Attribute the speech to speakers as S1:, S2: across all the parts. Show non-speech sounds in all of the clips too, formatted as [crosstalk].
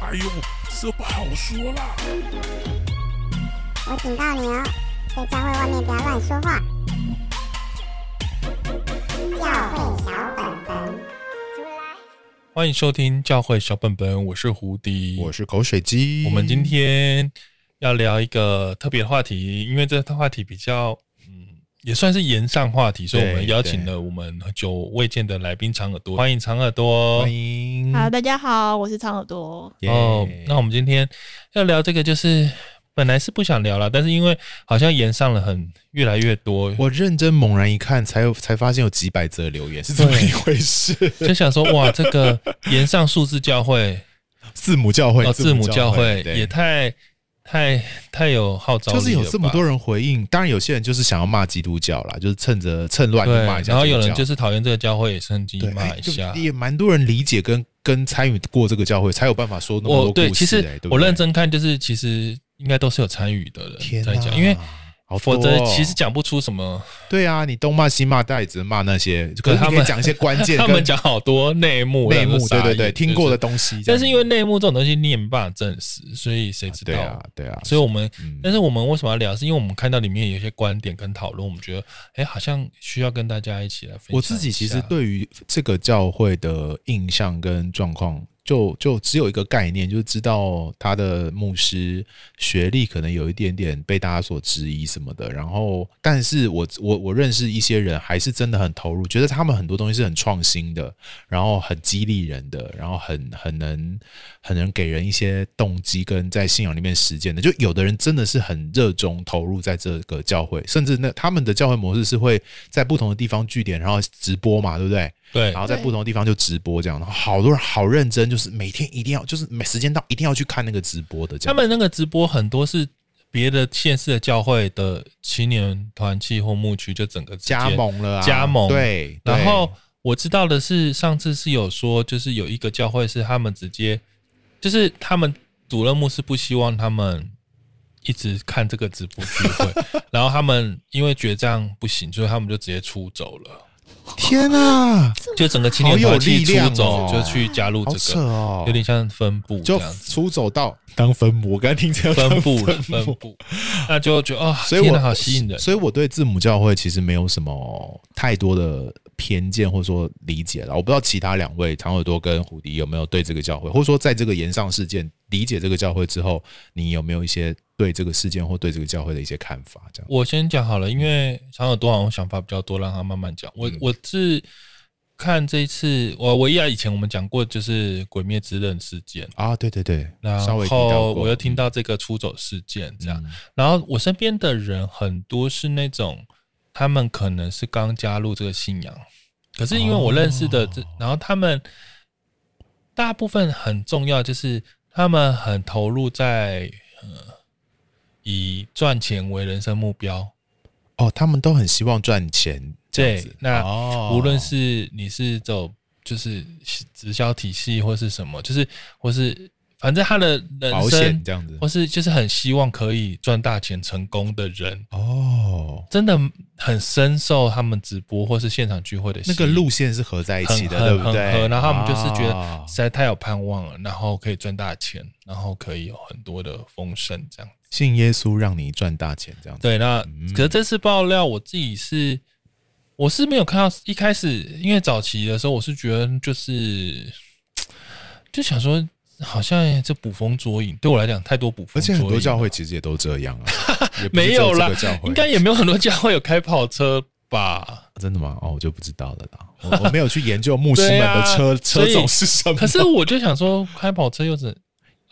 S1: 哎呦，这不好说啦。
S2: 我警告你哦，在教会外面不要乱说话。教会小本本，
S1: 欢迎收听教会小本本，我是胡迪，
S3: 我是口水
S1: 嗯
S3: 鸡。
S1: 我们今天要聊一个特别的话题，因为这话题比较，嗯，也算是延上话题，所以我们
S3: 对
S1: 邀请了我们很久未见的来宾长耳朵，欢迎长耳朵
S3: 欢。迎
S4: 好，大家好，我是长耳朵。
S3: 耶
S1: 哦，那我们今天要聊这个，就是本来是不想聊了，但是因为好像延上了很越来越多，
S3: 我认真猛然一看，才有才发现有几百则留言，是怎么
S1: 对
S3: 一回事？
S1: 就想说
S3: [laughs]
S1: 哇，这个延上数字教会
S3: 字母教会，
S1: 哦，字母教会
S3: 对
S1: 也太太太有号召力了
S3: 就
S1: 吧，
S3: 是有这么多人回应，当然有些人就是想要骂基督教啦，就是趁着趁乱就
S1: 对
S3: 骂一，下。。
S1: 然后有人就是是讨厌这个教会，也趁机
S3: 对，
S1: 骂
S3: 哎
S1: 一
S3: 就
S1: 下。
S3: 也蛮多人理解跟跟参与过这个教会，才有办法说那么
S1: 我
S3: 多故
S1: 对，
S3: 事。
S1: 其
S3: 哎
S1: 实
S3: 对不
S1: 我
S3: 对
S1: 认真看，就是其实应该都是有参与的人
S3: 天
S1: 在
S3: 哪
S1: 讲，因为
S3: 好多
S1: 否
S3: 哦
S1: 则其实讲不出什么。
S3: 对啊，你东骂西骂，大家也只能骂那些，可是
S1: 他
S3: 你可
S1: 们
S3: 以讲一些关
S1: [laughs]
S3: 键
S1: 他
S3: 跟
S1: 们讲好多内幕，
S3: 内幕
S1: 让，人傻
S3: 对对对，
S1: 眼
S3: 听过的
S1: 就是
S3: 东西这
S1: 但
S3: 样。
S1: 是因为内幕这种东西你也没办法证实，所以谁知
S3: 对
S1: 道
S3: 啊？对啊，
S1: 所以我们
S3: 嗯，
S1: 但是我们为什么要聊？是因为我们看到里面有一些观点跟讨论，我们觉得，哎，好像需要跟大家一起来分享一下。
S3: 我自己其实对于这个教会的印象跟状况，就就只有一个概念，就是知道他的牧师学历可能有一点点被大家所质疑什么的。然后，但是我我我认识一些人，还是真的很投入，觉得他们很多东西是很创新的，然后很激励人的，然后很很能很能给人一些动机跟在信仰里面实践的。就有的人真的是很热衷投入在这个教会，甚至那他们的教会模式是会在不同的地方据点，然后直播嘛，对不对？
S1: 对
S3: 然后在
S4: 对
S3: 不同的地方就直播这样，然后好多人好认真，就是每天一定要，就是每时间到一定要去看那个直播的这
S1: 他
S3: 样。
S1: 们那个直播很多是别的县市的教会的青年团契或牧区，就整个直接
S3: 加。盟了、啊，
S1: 加盟
S3: 对，对
S1: 然后我知道的是，上次是有说，就是有一个教会是他们直接，就是他们主任牧师不希望他们一直看这个直播聚
S3: [laughs]
S1: 会，然后他们因为觉得这样不行，所以他们就直接出走了，
S3: 天啊，
S1: 就整个青年
S3: 好有
S1: 团契
S3: 力
S1: 出
S3: 量哦
S1: 走，就去加入
S3: 好
S1: 这
S3: 扯
S1: 个，
S3: 哦，
S1: 有点像分部这
S3: 就
S1: 样子。
S3: 出走到当分母，我刚才听起来当
S1: 分布了，分
S3: 母
S1: 布，那就觉得啊，
S3: 所以
S1: 天
S3: 我
S1: 哪好吸引人。
S3: 所以我对字母教会其实没有什么太多的偏见或者说理解了。我不知道其他两位长耳朵跟胡迪有没有对这个教会，或者说在这个延上事件理解这个教会之后，你有没有一些对这个事件或对这个教会的一些看法？这样
S1: 我先讲好了，因为长耳朵好像想法比较多，让他慢慢讲。我、
S3: 嗯
S1: 我是看这一次，我我依然以前我们讲过，就是《鬼灭之刃》事件，
S3: 啊，对对对，
S1: 然
S3: 稍微提
S1: 后
S3: 到过
S1: 我又听到这个出走事件，这样。
S3: 嗯
S1: 然后我身边的人很多是那种，他们可能是刚加入这个信仰，可是因为我认识的这，然后他们大部分很重要，就是他们很投入在呃以赚钱为人生目标。
S3: 哦，他们都很希望赚钱，这样
S1: 对
S3: 子，
S1: 那、
S3: 哦
S1: 啊无论是你是走就是直销体系或是什么，就是或是反正他的人
S3: 保险
S1: 生，
S3: 这样子
S1: 或是就是很希望可以赚大钱成功的人，
S3: 哦，
S1: 真的很深受他们直播或是现场聚会的吸
S3: 那
S1: 引
S3: 个路线是合在一
S1: 很
S3: 起的，
S1: 很
S3: 对不对
S1: 很合？然后他们就是觉
S3: 啊
S1: 得实在太有盼望了，然后可以赚大钱，然后可以有很多的丰盛这样。
S3: 信耶稣让你赚大钱这样子。
S1: 对，那
S3: 嗯
S1: 可是这次爆料，我自己是我是没有看到，一开始因为早期的时候，我是觉得就是就想说，好像这捕风捉影，对我来讲太多捕
S3: 而
S1: 风捉
S3: 且
S1: 影了，
S3: 很多教会其实也都这
S1: [laughs]
S3: 样啊，也不是
S1: 没有
S3: 只
S1: 啦
S3: 这个教，会
S1: 应该也没有很多教会有开跑车吧。
S3: 真的吗？哦，我就不知道了
S1: [laughs]
S3: 啦，我我没有去研究牧师们
S1: 对啊
S3: 的车、
S1: 所
S3: 车
S1: 以
S3: 种是什么。
S1: 可是我就想说，开跑车又是、呃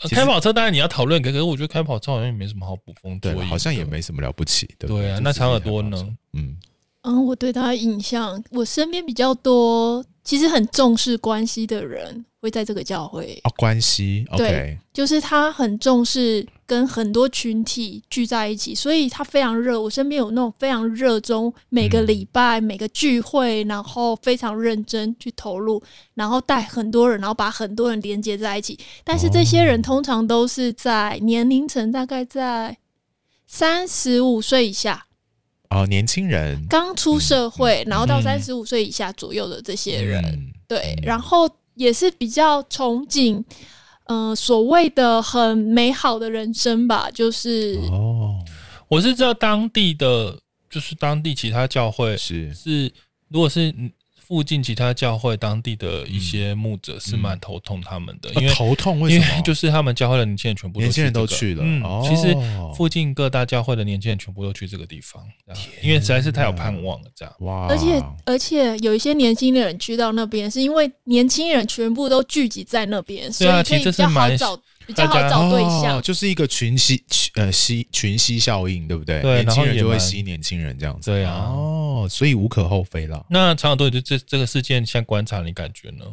S3: 其实
S1: 开跑车，当然你要讨论，可是我觉得开跑车好像也没什么好捕风捉
S3: 对
S1: 影
S3: 啦，
S1: 的，
S3: 好像也没什么了不起，对不
S1: 对啊。那长耳朵？呢？
S3: 就自己还蛮嗯，
S4: 嗯，我对他的印象，我身边比较多，其实很重视关系的人会在这个教会，
S3: 哦，关系，OK，
S4: 就是他很重视跟很多群体聚在一起，所以他非常热。我身边有那种非常热衷每个礼拜、每个聚会，然后非常认真去投入，然后带很多人，然后把很多人连接在一起。但是这些人通常都是在年龄层大概在三十五岁以下。
S3: 哦，年轻人，
S4: 刚出社会，然后到
S1: 嗯
S4: 三十五岁以下左右的这些人，
S3: 嗯
S4: 对
S3: 嗯，
S4: 然后也是比较憧憬，呃所谓的很美好的人生吧，就是
S3: 哦，
S1: 我是知道当地的，就是当地其他教会
S3: 是
S1: 是，如果是附近其他教会当地的一些牧者是蛮头痛他们的，因为
S3: 啊头痛为
S1: 因
S3: 什
S1: 为
S3: 么？
S1: 就是他们教会的年轻人全部
S3: 年轻人
S1: 这个
S3: 都去了
S1: 嗯，
S3: 哦
S1: 其实附近各大教会的年轻人全部都去这个地方，这样因为实在是太有盼望了，这样。
S3: 哇，
S4: 而且而且有一些年轻人去到那边，是因为年轻人全部都聚集在那边，所
S1: 对啊
S4: 以可
S1: 其实
S4: 以比
S1: 这是
S4: 较好
S1: 蛮
S4: 找，比较好
S1: 大家
S4: 找对象
S3: 哦，。就是一个群吸呃吸群吸效应，对不对？
S1: 对
S3: 年轻人就
S1: 然
S3: 会
S1: 后也蛮
S3: 吸年轻人这样子。
S1: 对啊
S3: 哦，所以无可厚非了。
S1: 那长岛多就这这个事件，像观察你感觉呢？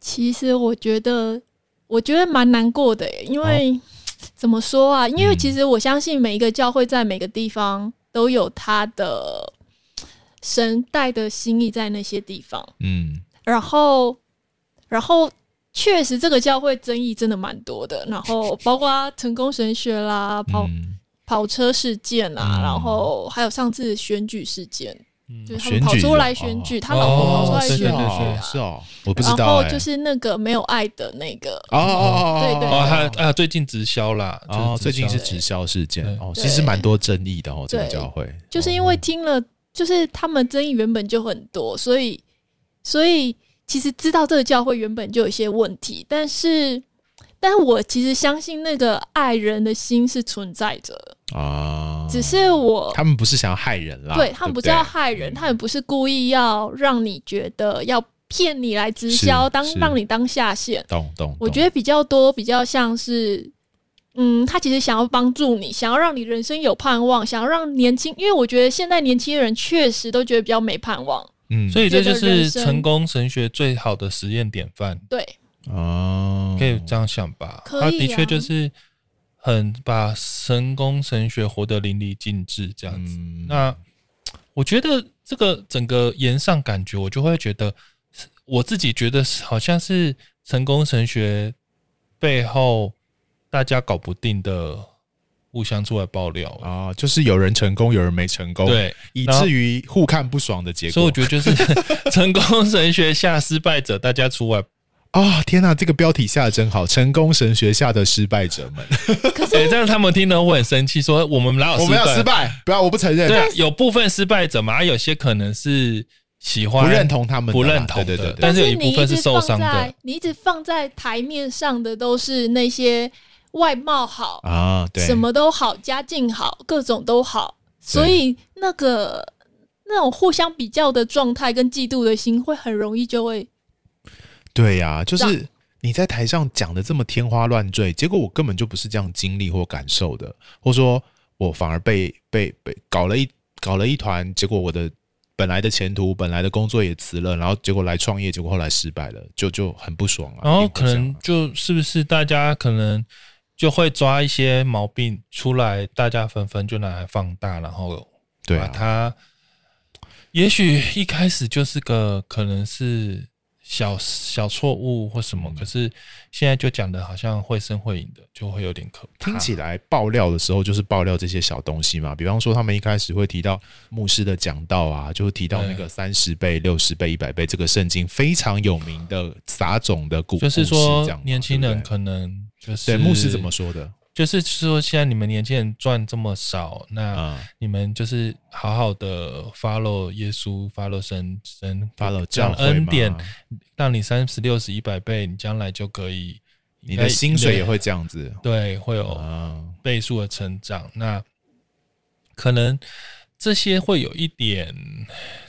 S4: 其实我觉得，我觉得蛮难过的耶，因为、怎么说啊？因为
S3: 哦嗯
S4: 其实我相信每一个教会在每个地方都有他的神带的心意在那些地方，
S3: 嗯，
S4: 然后，然后确实这个教会争议真的蛮多的，然
S3: [laughs]
S4: 后包括成功神学啦，跑、
S3: 嗯
S4: 跑车事件啊，
S3: 嗯
S4: 然后还有上次选举事件，
S1: 嗯
S4: 就是他
S3: 选
S4: 们跑
S3: 举
S4: 出来
S3: 哦
S4: 选举，他老婆跑出
S1: 对
S4: 来选举
S1: 对
S4: 啊，
S1: 对
S3: 哦是哦，我不知
S4: 然
S3: 道
S4: 后
S3: 哎。
S4: 就是那个没有爱的那个，
S3: 哦哦哦，
S4: 对对
S1: 哦，还有
S3: 哦
S1: 啊，最近直销啦，就是
S3: 哦，
S1: 直
S3: 最近
S1: 销
S3: 是直销事件
S1: 对
S3: 哦，
S4: 对
S3: 其实蛮多争议的哦，这
S4: 对
S3: 个教会
S4: 就是因为听了，就是他们争议原本就很多，所以所以其实知道这个教会原本就有一些问题，但是但我其实相信那个爱人的心是存在着的，
S3: 哦啊，
S4: 只是我
S3: 他们不是想要害人啦，
S4: 对他们不
S3: 不
S4: 是要害人，他们不是故意要让你觉得要骗你来直销，
S3: 是
S4: 当
S3: 是
S4: 让你当下线。
S3: 懂懂，
S4: 我
S3: 懂
S4: 觉得比较多，比较像是，嗯，他其实想要帮助你，想要让你人生有盼望，想要让年轻，因为我觉得现在年轻人确实都觉得比较没盼望，
S3: 嗯，
S1: 所以这就
S4: 觉得
S1: 是
S4: 人生
S1: 成功神学最好的实验典范，
S4: 对，
S3: 哦，
S1: 可以这样想吧？
S4: 可
S1: 他
S4: 以
S1: 的确
S4: 啊
S1: 就是很把成功神学活得淋漓尽致这样子。
S3: 嗯
S1: 那我觉得这个整个延上感觉，我就会觉得我自己觉得是好像是成功神学背后大家搞不定的，互相出来爆料。
S3: 啊，就是有人成功，有人没成功，，
S1: 对，
S3: 以
S1: 然后
S3: 至于互看不爽的结果。
S1: 所以我觉得就是 [laughs] 成功神学下失败者，大家出来
S3: 啊、天哪，这个标题下的真好，成功神学下的失败者们，
S1: 对，但是他们听了会很生气，说我们哪有啊
S3: 我们要失？败，啊不要，我不承认，
S1: 哦对啊，有部分失败者嘛，啊有些可能是喜欢
S3: 不认同他们的啦，
S1: 不认同的
S3: 对对对对
S1: 但是有一
S4: 你
S1: 部分是
S4: 直
S1: 受
S4: 放
S1: 伤的
S4: 在你一直放在台面上的都是那些外貌好，
S3: 啊，对，
S4: 什么都好，家境好，各种都好，所以那个那种互相比较的状态跟嫉妒的心，会很容易
S1: [laughs]
S4: 就会
S3: 对呀、就是
S4: 让
S3: 你在台上讲的这么天花乱坠，结果我根本就不是这样经历或感受的，或说我反而被被被搞了一搞了一团，结果我的本来的前途、本来的工作也辞了，然后结果来创业，结果后来失败了，就就很不爽啊。
S1: 然后
S3: 一
S1: 哦
S3: 定会
S1: 可
S3: 这样
S1: 能
S3: 啊
S1: 就是不是大家可能就会抓一些毛病出来，大家纷纷就拿来放大，然后
S3: 对
S1: 把
S3: 啊，
S1: 它，也许一开始就是个可能是小小错误或什
S3: 嗯
S1: 么，可是现在就讲的好像会声会影的，就会有点可怕。
S3: 听起来爆料的时候就是爆料这些小东西嘛，比方说他们一开始会提到牧师的讲道啊，就会提到那个三十倍、六十倍、一百倍这个圣经非常有名的撒种的故，
S1: 就是
S3: 故
S1: 说
S3: 事这样嘛
S1: 年轻
S3: 对不
S1: 人
S3: 对
S1: 可能就是
S3: 对牧师怎么说的？
S1: 就是说，现在你们年轻人赚这么少，那
S3: 啊、
S1: 你们就是好好的 follow 耶稣，follow 神神
S3: f o l l o w
S1: 这样
S3: 教会
S1: 恩
S3: 嘛
S1: 典，让你三十六十一百倍，你将来就可以，
S3: 你的薪水也
S1: 对
S3: 会这样子
S1: 对，会有
S3: 啊，
S1: 倍数的成长。那可能这些会有一点，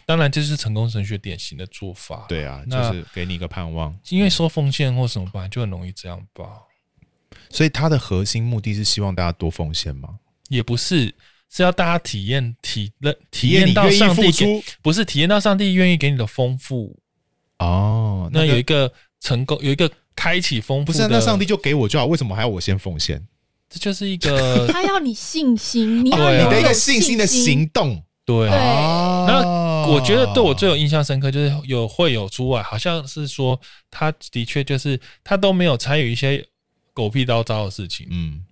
S1: 当然这是成功神学典型的做法，
S3: 对啊，就
S1: 哦那
S3: 是给你一个盼望。
S1: 因为说奉献或什么吧，就很容易这样吧。
S3: 所以它的核心目的是希望大家多奉献嘛，
S1: 也不是，是要大家体验体认体
S3: 体验
S1: 验
S3: 你
S1: 到
S3: 愿
S1: 上
S3: 意付
S1: 帝给，
S3: 出
S1: 不是体验到上帝愿意给你的丰富。
S3: 哦。
S1: 那
S3: 个
S1: 有一个成功，有一个开启丰富
S3: 不
S1: 的，
S3: 是啊那上帝就给我就好，为什么还要我先奉献？
S1: 这就是一
S3: [laughs]
S1: 个
S4: 他要你信心，你要
S1: 对啊
S4: 有
S3: 你的一个
S4: 有
S3: 信心的行动。
S1: 对。
S4: 对
S3: 哦
S1: 那我觉得对我最有印象深刻就是有会有出来，好像是说他的确就是他都没有参与一些狗屁叨叨的事情，
S3: 嗯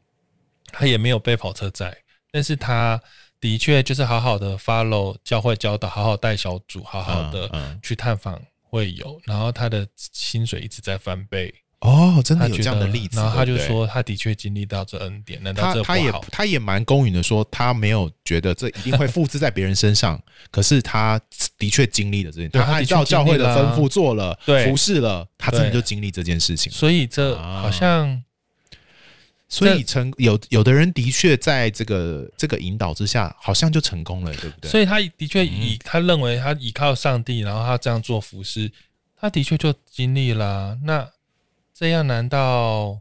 S1: 他也没有被跑车载，但是他的确就是好好的 follow 教会教导，好好带小组，好好的
S3: 嗯嗯
S1: 去探访会有，然后他的薪水一直在翻倍，
S3: 哦，真
S1: 他
S3: 的有
S1: 觉
S3: 这样的
S1: 得，
S3: 例子，
S1: 然后他
S3: 对
S1: 就
S3: 不对
S1: 说，他的确经历到这恩典，难道
S3: 他
S1: 这
S3: 他也
S1: 不好？
S3: 他也蛮公允的说，他没有觉得这一定会复制在别人身上，可是他的确经历了这件，
S1: 对
S3: 他
S1: 他
S3: 按
S1: 的确
S3: 照教会的吩
S1: 经历
S3: 咐
S1: 了
S3: 做了，
S1: 对
S3: 服侍了，他真的
S1: 对
S3: 就经历这件事情。
S1: 所以这
S3: 啊
S1: 好像
S3: 所以成有有的人的确在这个这个引导之下，好像就成功了，对不对？嗯
S1: 所以他的确以、他认为他依靠上帝，然后他这样做服饰，他的确就经历啦、那这样难道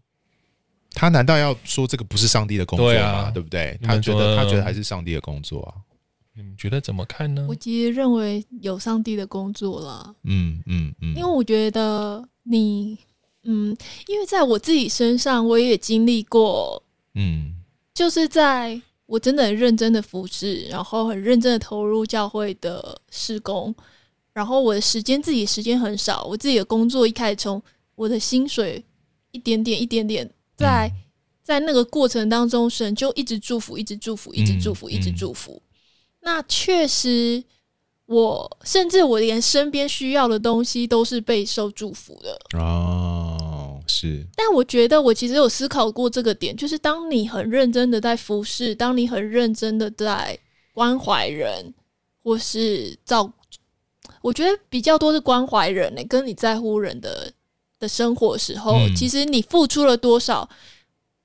S3: 他难道要说这个不是上帝的工作
S1: 对
S3: 吗？
S1: 啊
S3: 对不对？
S1: 你
S3: 他
S1: 们
S3: 觉
S1: 怎么
S3: 得他觉得还是上帝的工作啊。
S1: 你们觉得怎么看呢
S4: 我？其实认为有上帝的工作啦，
S3: 嗯嗯嗯，
S4: 因为我觉得你，嗯，因为在我自己身上，我也经历过，
S3: 嗯
S4: 就是在我真的很认真的服侍，然后很认真的投入教会的施工，然后我的时间自己时间很少，我自己的工作一开始从我的薪水一点点一点点在、
S3: 嗯
S4: 在那个过程当中，神就一直祝福，一直祝福，一直祝福，
S3: 嗯
S4: 一直
S3: 嗯
S4: 祝福。那确实我甚至我连身边需要的东西都是备受祝福的。
S3: 哦是
S4: 但我觉得我其实有思考过这个点，就是当你很认真的在服侍，当你很认真的在关怀人，或是照，我觉得比较多是关怀人呢、跟你在乎人的的生活的时候，
S3: 嗯
S4: 其实你付出了多少，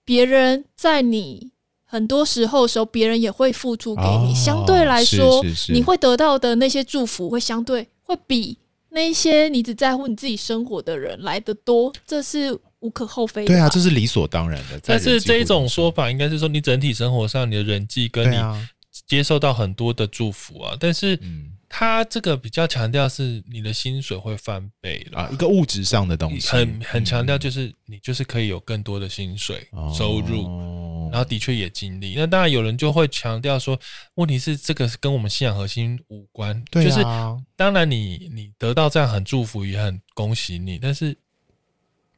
S4: 别人在你很多时候的时候，别人也会付出给你。
S3: 哦
S4: 相对来
S3: 是
S4: 说，
S3: 是是
S4: 你会得到的那些祝福，会相对会比那一些你只在乎你自己生活的人来的多，这是无可厚非的吧。
S3: 对啊，这是理所当然的。在
S1: 但
S3: 人
S1: 是
S3: 际
S1: 这一
S3: 互
S1: 种
S3: 动
S1: 说
S3: 上，
S1: 法应该是说，你整体生活上你的人际跟
S3: 对
S1: 你
S3: 啊，
S1: 接受到很多的祝福啊，但是
S3: 嗯
S1: 他这个比较强调是你的薪水会翻倍啦
S3: 啊，一个嗯物质上的东西，
S1: 很很强调，就是是你就是可以有更多的薪水
S3: 嗯哦
S1: 收入，
S3: 入
S1: 然后的确也经历。那当然有人就会强调说，问题是这个是跟我们信仰核心无关，
S3: 对
S1: 就是
S3: 啊，
S1: 当然你你得到这样很祝福，也很恭喜你，但是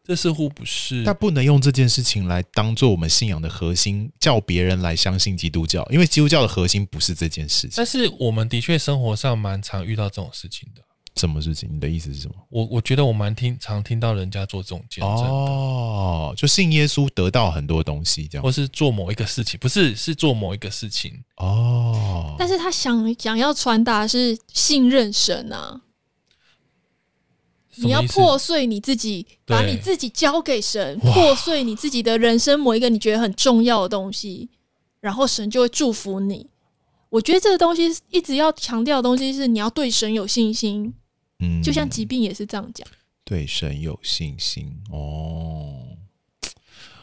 S1: 这似乎不是
S3: 但不能用这件事情来当做我们信仰的核心，叫别人来相信基督教，因为基督教的核心不是这件事情
S1: 但。是我们的确生活上蛮常遇到这种事情的。
S3: 什么事情？你的意思是什么？
S1: 我我觉得我蛮听常听到人家做这种见证，
S3: 哦，就信耶稣得到很多东西，这样
S1: 或是做某一个事情，不是是做某一个事情。
S3: 哦。
S4: 但是他想想要传达是信任神啊，
S1: 什
S4: 你要
S1: 么意思
S4: 破碎你自己，
S1: 对
S4: 把你自己交给神，破碎你自己的人生某一个你觉得很重要的东西，然后神就会祝福你。我觉得这个东西一直要强调的东西是你要对神有信心，
S3: 嗯
S4: 就像疾病也是这样讲。
S3: 对神有信心哦。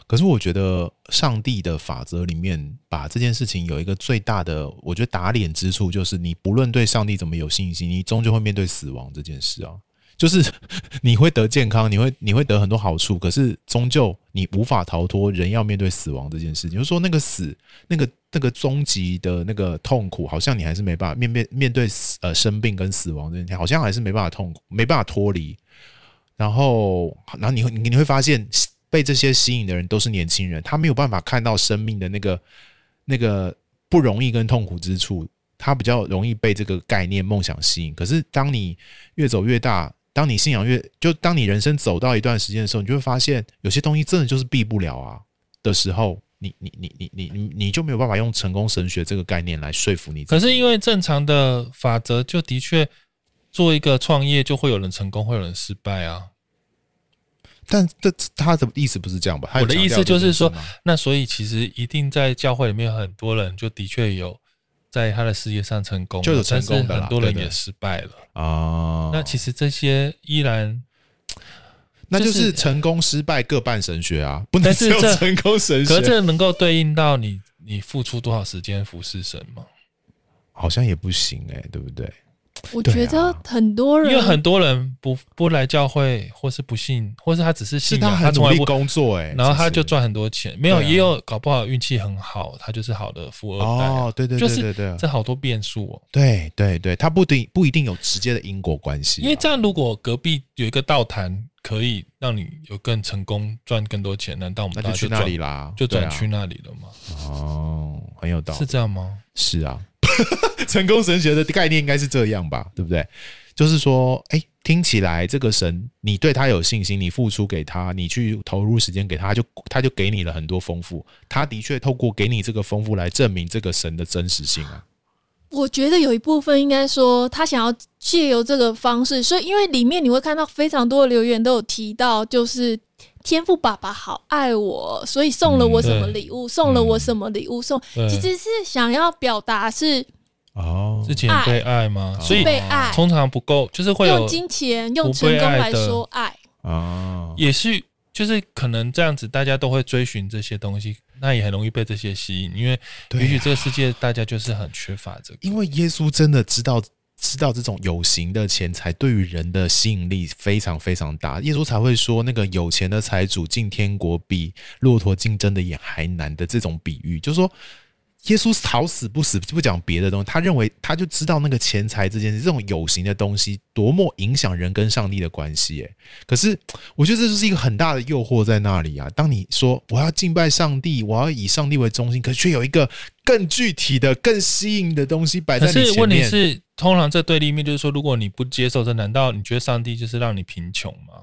S3: 可是我觉得上帝的法则里面，把这件事情有一个最大的，我觉得打脸之处就是，你不论对上帝怎么有信心，你终究会面对死亡这件事啊。就是 [laughs] 你会得健康，你会你会得很多好处，可是终究你无法逃脱人要面对死亡这件事情。就是说那个死，那个那个终极的那个痛苦，好像你还是没办法面面面对死呃生病跟死亡这件事，好像还是没办法痛苦，没办法脱离。然后，然后你会你你会发现，被这些吸引的人都是年轻人，他没有办法看到生命的那个那个不容易跟痛苦之处，他比较容易被这个概念梦想吸引。可是，当你越走越大，当你信仰越就当你人生走到一段时间的时候，你就会发现有些东西真的就是避不了啊的时候，你你你你你你你就没有办法用成功神学这个概念来说服你自己。
S1: 可是因为正常的法则，就的确做一个创业，就会有人成功，会有人失败啊。
S3: 但这他的意思不是这样吧？他有
S1: 我的意
S3: 强调
S1: 思就是
S3: 这件事
S1: 说
S3: 吗，
S1: 那所以其实一定在教会里面，很多人就的确有在他的事业上成功了，
S3: 就有成功的啦
S1: 但是很多人
S3: 对对哦
S1: 也失败了。
S3: 啊，
S1: 那其实这些依然，
S3: 那就
S1: 就是
S3: 是成功失败各半神学啊，不能
S1: 但是
S3: 只有
S1: 这
S3: 成功神
S1: 可是
S3: 学，
S1: 这能够对应到你你付出多少时间服侍神吗？
S3: 好像也不行哎、对不对？
S4: 我
S3: 对啊
S4: 觉得很多
S1: 因
S4: 人，
S1: 为很多人不不来教会，或是不信，或是他只是
S3: 是
S1: 信
S3: 他
S1: 仰，
S3: 很
S1: 从
S3: 努
S1: 来
S3: 力
S1: 不。
S3: 工作哎、
S1: 然后他
S3: 其实
S1: 就赚很多钱，没有、
S3: 对啊
S1: 也有搞不好运气很好，他就是好的富二代啊、
S3: 哦，对对
S1: 就
S3: 对
S1: 是
S3: 对对
S1: 这好多变数哦。
S3: 对对对，他不定不一定有直接的因果关系啊、
S1: 因为这样，如果隔壁有一个道坛可以让你有更成功、赚更多钱，难道我们
S3: 那
S1: 大
S3: 就
S1: 家
S3: 去
S1: 转
S3: 那里啦，
S1: 就转
S3: 对啊
S1: 去那里了吗？
S3: 哦，很有道理 [laughs]
S1: 是，这样吗？
S3: 是啊，成功神学的概念应该是这样吧，对不对？就是说，哎，听起来这个神，你对他有信心，你付出给他，你去投入时间给他，他就他就给你了很多丰富。他的确透过给你这个丰富来证明这个神的真实性啊。
S4: 我觉得有一部分应该说他想要借由这个方式，所以因为里面你会看到非常多的留言都有提到，就是天赋爸爸好爱我，所以送了我什么礼物，送了我什么礼物，送
S3: 嗯
S1: 对
S4: 其实是想要表达是
S3: 哦
S1: 之前被爱吗？
S3: 爱
S1: 所以
S4: 被爱，
S1: 通常不够，就是会有
S4: 用金钱、用成功来说爱，
S3: 啊，
S1: 也是就是可能这样子，大家都会追寻这些东西，那也很容易被这些吸引，因为也
S3: 对
S1: 许
S3: 啊，
S1: 这个世界大家就是很缺乏这个。
S3: 因为耶稣真的知道。知道这种有形的钱财对于人的吸引力非常非常大，耶稣才会说那个有钱的财主进天国比骆驼进针的眼还难的这种比喻，就是说耶稣好死不死不讲别的东西，他认为他就知道那个钱财这件事，这种有形的东西多么影响人跟上帝的关系。哎，可是我觉得这就是一个很大的诱惑在那里啊。当你说我要敬拜上帝，我要以上帝为中心，可却有一个更具体的、更吸引的东西摆在
S1: 可
S3: 你前面。
S1: 是问题是，通常这对立面就是说，如果你不接受这，难道你觉得上帝就是让你贫穷吗？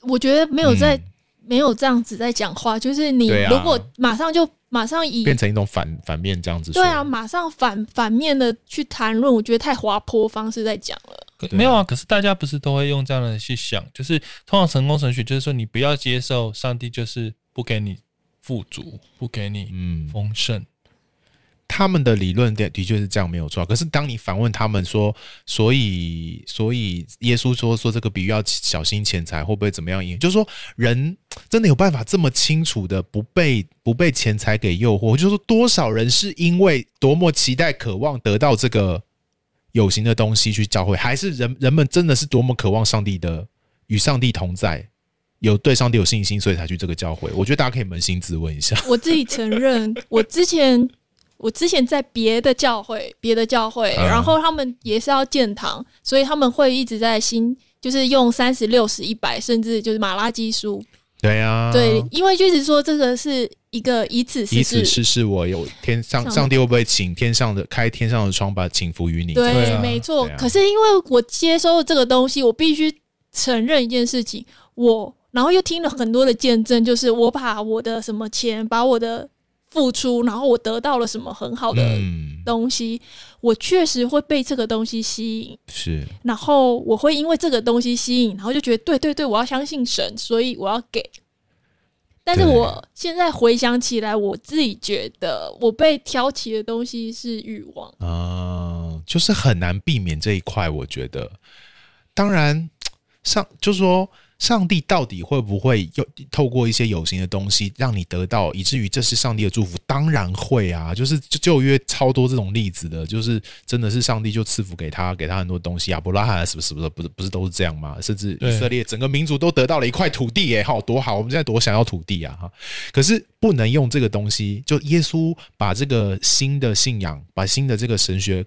S4: 我觉得没有在、
S3: 嗯
S4: 没有这样子在讲话，就是你
S3: 对啊
S4: 如果马上就马上以
S3: 变成一种反反面这样子说。
S4: 对啊，马上反反面的去谈论，我觉得太滑坡方式在讲了。
S1: 可
S3: 对啊
S1: 没有啊，可是大家不是都会用这样的去想，就是通常成功程序就是说，你不要接受上帝就是不给你富足，不给你
S3: 嗯，
S1: 丰盛。
S3: 他们的理论的的确是这样，没有错啊。可是当你反问他们说，所以所以耶稣说说这个比喻要小心钱财会不会怎么样影？就是说人真的有办法这么清楚的不被不被钱财给诱惑？就是说多少人是因为多么期待渴望得到这个有形的东西去教会，还是人人们真的是多么渴望上帝的与上帝同在？有对上帝有信心，所以才去这个教会。我觉得大家可以扪心自问一下。
S4: 我自己承认，我之前我之前在别的教会，别的教会，
S3: 嗯
S4: 然后他们也是要建堂，所以他们会一直在新，就是用三十六十一百，甚至就是马拉基书，
S3: 对啊，
S4: 对，因为就是说这个是一个以此
S3: 以
S4: 试
S3: 此
S4: 试。
S3: 试试我有天上
S4: 上
S3: 上帝会不会请天上的开天上的窗把请服于你？
S4: 对，
S1: 对啊
S4: 没错。
S3: 对啊
S4: 可是因为我接收了这个东西，我必须承认一件事情，我然后又听了很多的见证，就是我把我的什么钱，把我的付出，然后我得到了什么很好的
S3: 嗯，
S4: 东西，我确实会被这个东西吸引，
S3: 是
S4: 然后我会因为这个东西吸引，然后就觉得对对对，我要相信神，所以我要给。但是
S3: 对
S4: 我现在回想起来，我自己觉得我被挑起的东西是欲望。
S3: 啊、就是很难避免这一块，我觉得。当然，上就说上帝到底会不会又透过一些有形的东西让你得到，以至于这是上帝的祝福？当然会啊，就是就旧约超多这种例子的，就是真的是上帝就赐福给他，给他很多东西。亚伯拉罕什么什么的，不是不是都是这样吗？甚至以
S1: 对
S3: 色列整个民族都得到了一块土地耶，哎好多好，我们现在多想要土地啊！哈，可是不能用这个东西，就耶稣把这个新的信仰，把新的这个神学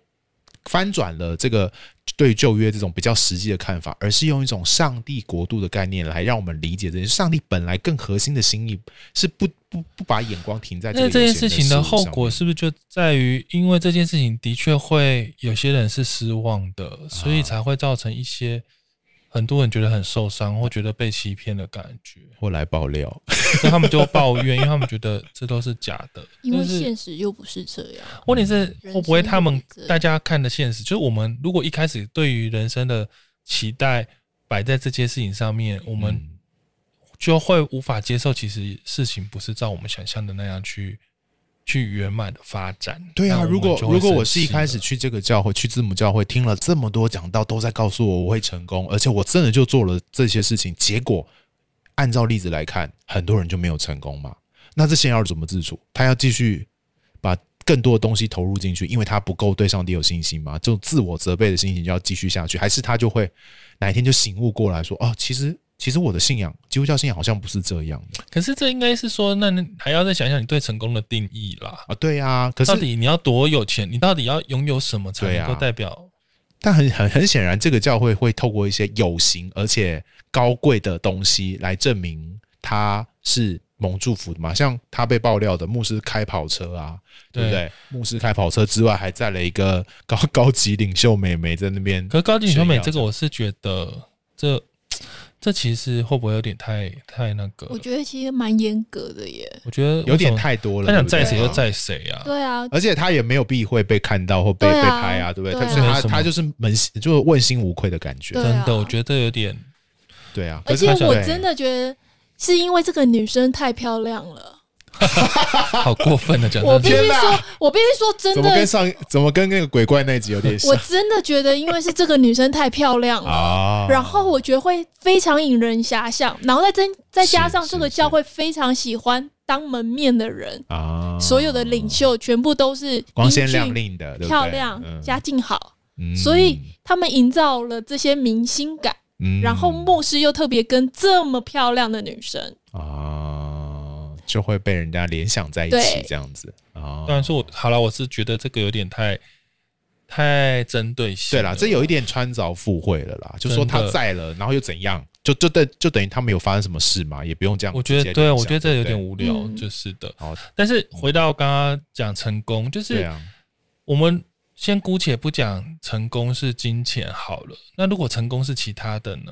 S3: 翻转了这个对旧约这种比较实际的看法，而是用一种上帝国度的概念来让我们理解这件事。上帝本来更核心的心意是不不不把眼光停在这
S1: 那
S3: 个
S1: 这
S3: 有
S1: 件
S3: 形
S1: 事情的
S3: 物
S1: 后
S3: 上
S1: 果
S3: 面
S1: 是不是就在于，因为这件事情的确会有些人是失望的，所
S3: 啊
S1: 以才会造成一些很多人觉得很受伤或觉得被欺骗的感觉，
S3: 后来爆料，
S1: 所以他们就抱怨，因为他们觉得这都是假的。
S4: [laughs] 因为
S1: 但是
S4: 现实又不是这样。
S3: 呃
S1: 问题是
S4: 人
S1: 会不会
S4: 生
S1: 他们
S4: 就是这样
S1: 大家看的现实，就是我们如果一开始对于人生的期待摆在这些事情上面，我
S3: 我
S1: 们就会无法接受，其实事情不是照我们想象的那样去去圆满的发展。
S3: 对
S1: 那
S3: 啊，
S1: 们
S3: 如果
S1: 就会
S3: 如果我
S1: 生
S3: 是一
S1: 气
S3: 开始
S1: 了
S3: 去这个教会，去字母教会，听了这么多讲道，都在告诉我我会成功，而且我真的就做了这些事情，结果按照例子来看，很多人就没有成功嘛。那这些人要怎么自处？他要继续把更多的东西投入进去，因为他不够对上帝有信心嘛，这种自我责备的心情就要继续下去，还是他就会哪一天就醒悟过来说，哦，其实其实我的信仰，基督教信仰好像不是这样的
S1: 可是这应该是说，那你还要再想想你对成功的定义啦。
S3: 啊。对啊，可
S1: 到
S3: 是
S1: 底你要多有钱？你到底要拥有什么才
S3: 对啊
S1: 能够代表？
S3: 但很很很显然，这个教会会透过一些有形而且高贵的东西来证明它是蒙祝福的嘛。像他被爆料的牧师开跑车啊，对不
S1: 对
S3: 对？牧师开跑车之外，还载了一个高 [laughs] 高级领袖美眉在那边。
S1: 可是高级选美这
S3: 炫
S1: 个，
S3: 耀
S1: 我是觉得这这其实会不会有点太太那个了？
S4: 我觉得其实蛮严格的耶。
S1: 我觉得
S3: 有点
S1: 为什么
S3: 太多了。
S1: 他想载
S3: 对不对
S1: 谁就，载谁
S3: 呃
S1: 啊。
S4: 对啊，
S3: 而且他也没有避讳被看到或被
S4: 对
S3: 被
S4: 啊
S3: 拍啊，对不对？
S4: 对
S3: 他
S4: 啊
S3: 所以他
S1: 没什么
S3: 他就是扪心就是问心无愧的感觉
S4: 对。
S1: 真
S4: 啊
S1: 的，我觉得这有点
S3: 对啊，
S4: 而
S1: 是
S4: 且
S1: 他想
S4: 我
S3: 对
S4: 真的觉得是因为这个女生太漂亮了，
S3: 啊
S1: 好过分
S4: [laughs]
S1: 的讲。
S4: 我必
S1: 真的
S4: 须
S3: 呃 [laughs] 天哪
S4: 说，我必须说真
S3: 怎么跟
S4: 的，
S3: 上怎么跟那个鬼怪那一集有点像
S4: 我真的觉得因为是这个女生太漂亮了。
S3: 啊？
S4: 然后我觉得会非常引人遐想，然后再增再加
S3: 是
S4: 上这个
S3: 是
S4: 教
S3: 是
S4: 会非常喜欢当门面的人，
S3: 啊，
S4: 所有的领袖全部都是
S3: 光
S4: 英
S3: 鲜
S4: 俊
S3: 亮丽的，对不对
S4: 漂亮、
S3: 嗯
S4: 家境好，
S3: 嗯
S4: 所以他们营造了这些明星感。
S3: 嗯
S4: 然后牧师又特别跟这么漂亮的女生，
S3: 啊，就会被人家联想在一起
S4: 对
S3: 这样子啊
S1: 当。然说我好了，我是觉得这个有点太太针对性
S3: 对
S1: 了。
S3: 啦，这有一点穿凿附会了啦，就说
S1: 真的
S3: 他在了，然后又怎样？就就等就等于他没有发生什么事嘛，也不用这样
S1: 我
S3: 直接
S1: 觉得
S3: 联想。
S1: 对，啊我觉得这有
S3: 对
S1: 点无聊，
S4: 嗯
S1: 就是的。
S3: 好
S1: 但是回到刚刚讲成功，就
S3: 对
S1: 是
S3: 啊，
S1: 我们先姑且不讲成功是金钱好了，那如果成功是其他的呢？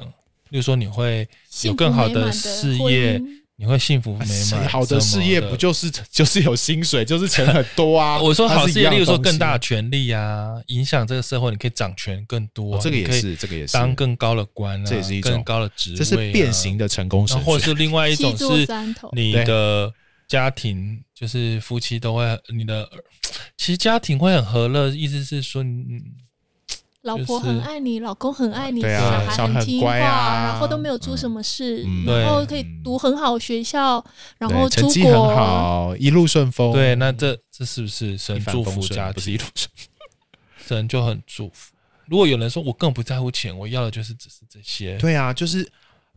S1: 例如说你会有
S4: 幸福
S1: 更好
S4: 美满的
S1: 事
S4: 婚
S1: 业
S4: 姻，
S1: 你会幸福美
S3: 哎谁
S1: 满，
S3: 啊好的事业不就是就是有薪水，就是钱很多啊？
S1: [laughs] 我说好
S3: 它
S1: 事
S3: 是一
S1: 业，
S3: 样
S1: 例
S3: 的
S1: 如说
S3: 东西啊
S1: 更大的权利啊，影响这个社会，你可以掌权更多啊、
S3: 哦这个也
S1: 你可以
S3: 是，这个也是，
S1: 当更高的官啊，
S3: 这也是一种
S1: 更高的职位、啊，
S3: 这是变形的成功
S1: 然
S3: 神
S1: 后或者
S3: 学
S1: 是另外一
S4: 七
S1: 种
S4: 座
S1: 是
S4: 山头，
S1: 你的家庭，就是夫妻都会，你的其实家庭会很和乐，意思是说，嗯，
S4: 老
S1: 就
S4: 婆
S1: 是
S4: 很爱你，老公很爱你，
S3: 对
S1: 啊
S4: 小
S3: 小
S4: 孩
S3: 孩很
S4: 听话，
S3: 乖啊
S4: 然后都没有出什么事，
S3: 嗯
S4: 然后
S1: 对
S4: 可以
S3: 嗯
S4: 读很好学校，然
S3: 对
S4: 后出
S3: 成绩
S4: 国，
S3: 很好，一路顺风，
S1: 对，那这这是不是神
S3: 哦一帆
S1: 祝
S3: 风
S1: 福
S3: 顺
S1: 家
S3: 不是一
S1: 庭
S3: 路？ [laughs] 顺。
S1: 神就很祝福。如果有人说我更不在乎钱，我要的就是只是这些，
S3: 对啊，就是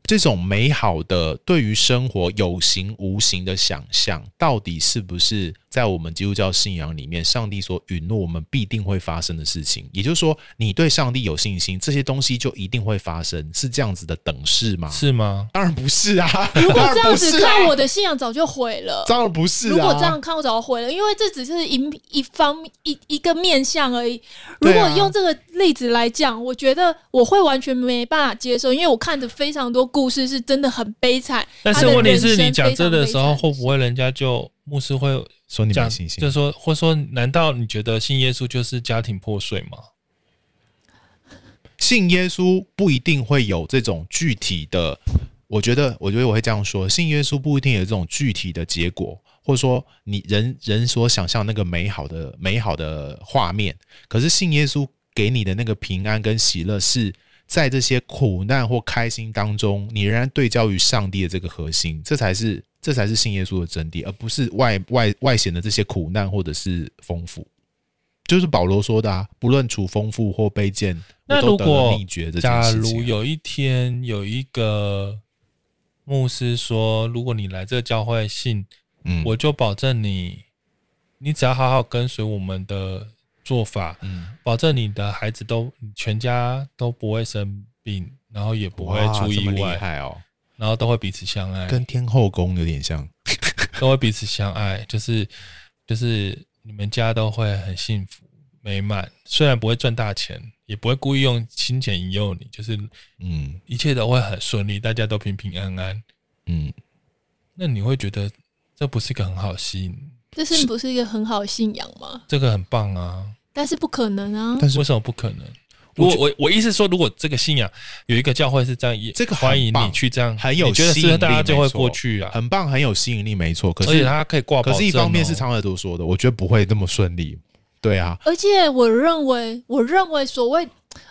S3: 这种美好的对于生活有形无形的想象，到底是不是在我们基督教信仰里面，上帝所允诺我们必定会发生的事情？也就是说，你对上帝有信心，这些东西就一定会发生，是这样子的等式吗？
S1: 是吗？
S3: 当然不是啊，
S4: 如果
S3: 当
S4: 这
S3: 然
S4: 样
S3: 不
S4: 子
S3: 是啊
S4: 看，我的信仰早就毁了。
S3: 当然不是啊。 [laughs]
S4: 如果这样看，我早就毁了，因为这只是一一方一一个面相而已。如
S3: 对啊
S4: 果用这个例子来讲，我觉得我会完全没办法接受，因为我看着非常多故事是真的很悲惨。
S1: 但
S4: 他
S1: 是
S4: 的
S1: 问题
S4: 人
S1: 是
S4: 生
S1: 你讲
S4: 非
S1: 这
S4: 常
S1: 的
S4: 悲
S1: 时候，
S4: 惨
S1: 会不会人家就牧师会
S3: 说你
S1: 讲，
S3: 没信心
S1: 就，说或说，难道你觉得信耶稣就是家庭破碎吗？
S3: 信耶稣不一定会有这种具体的，我觉得，我觉得我会这样说，信耶稣不一定有这种具体的结果，或者说你人人所想象那个美好的美好的画面，可是信耶稣给你的那个平安跟喜乐是。在这些苦难或开心当中，你仍然对焦于上帝的这个核心，这才是这才是信耶稣的真谛，而不是外外外显的这些苦难或者是丰富。就是保罗说的啊，不论处丰富或卑贱，
S1: 那
S3: 我
S1: 如
S3: 都得了
S1: 果
S3: 秘诀这件
S1: 假
S3: 事
S1: 如
S3: 情啊。
S1: 有一天有一个牧师说，如果你来这个教会信，
S3: 嗯
S1: 我就保证你，你只要好好跟随我们的做法，
S3: 嗯，
S1: 保证你的孩子都你全家都不会生病，然后也不会
S3: 哇
S1: 出
S3: 这
S1: 意
S3: 么厉
S1: 外，
S3: 害哦，
S1: 然后都会彼此相爱，
S3: 跟天后宫有点像。
S1: 都会彼此相爱，就是就是你们家都会很幸福美满，虽然不会赚大钱，也不会故意用金钱引诱你，就是
S3: 嗯
S1: 一切都会很顺利，大家都平平安安。
S3: 嗯，
S1: 那你会觉得这不是一个很好吸引，
S4: 这是不是一个很好的信仰吗？
S1: 这个很棒啊，
S4: 但是不可能啊！
S3: 但是
S1: 为什么不可能？
S3: 我
S1: 我
S3: 觉
S1: 我我意思是说，如果这个信仰有一个教会是这样，也
S3: 这个很
S1: 欢迎你
S3: 棒
S1: 去这样，
S3: 很有
S1: 你觉得
S3: 吸引
S1: 是
S3: 力
S1: 大家就会
S3: 没错
S1: 过去啊。
S3: 很棒，很有吸引力，没错。可
S1: 而且
S3: 是
S1: 它可以挂保
S3: 可
S1: 证哦、
S3: 是一方面是长耳朵说的，我觉得不会那么顺利。对啊，
S4: 而且我认为，我认为所谓，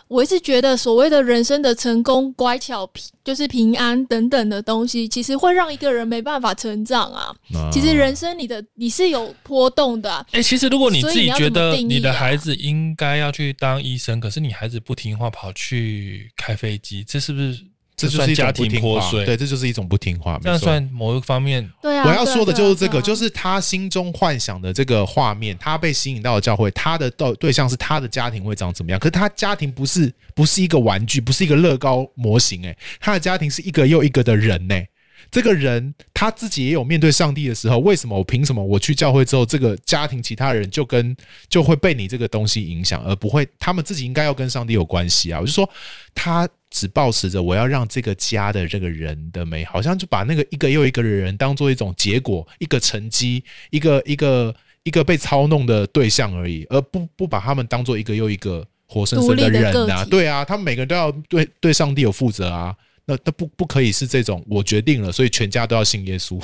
S4: 我一直觉得所谓的人生的成功、乖巧、平就是平安等等的东西，其实会让一个人没办法成长啊。
S3: 那
S4: 其实人生你的你是有波动的啊、
S1: 哎、其实如果你自
S4: 所以
S1: 己
S4: 你要
S1: 觉
S4: 怎么
S1: 得
S4: 定义
S1: 你的
S4: 啊
S1: 孩子应该要去当医生，可是你孩子不听话跑去开飞机，这是不是
S3: 这就
S1: 算
S3: 是一
S1: 家
S3: 种不
S1: 庭
S3: 听
S1: 破
S3: 话，
S1: 碎？
S3: 对，，这就是一种不听话。
S1: 这样
S3: 没错
S1: 算某一方面
S4: 对啊，
S3: 我要
S4: 对啊
S3: 说的
S4: 对啊
S3: 就是这个，
S4: 对啊
S3: 就是他心中幻想的这个画面，他被吸引到的教会，他的对对象是他的家庭会长怎么样？可是他家庭不哎是不是一个玩具，不是一个乐高模型、欸，他的家庭是一个又一个的人呢、这个人他自己也有面对上帝的时候，为什么我凭什么我去教会之后，这个家庭其他人就跟就会被你这个东西影响，而不会他们自己应该要跟上帝有关系啊？我就说他只保持着我要让这个家的这个人的美好，好像就把那个一个又一个的人当做一种结果、一个成绩、一个一个一个被操弄的对象而已，而不不把他们当做一个又一个活生生
S4: 独立的
S3: 人
S4: 个
S3: 啊，
S4: 体
S3: 对啊，他们每个人都要对对上帝有负责啊。那那不不可以是这种，我决定了，所以全家都要信耶稣，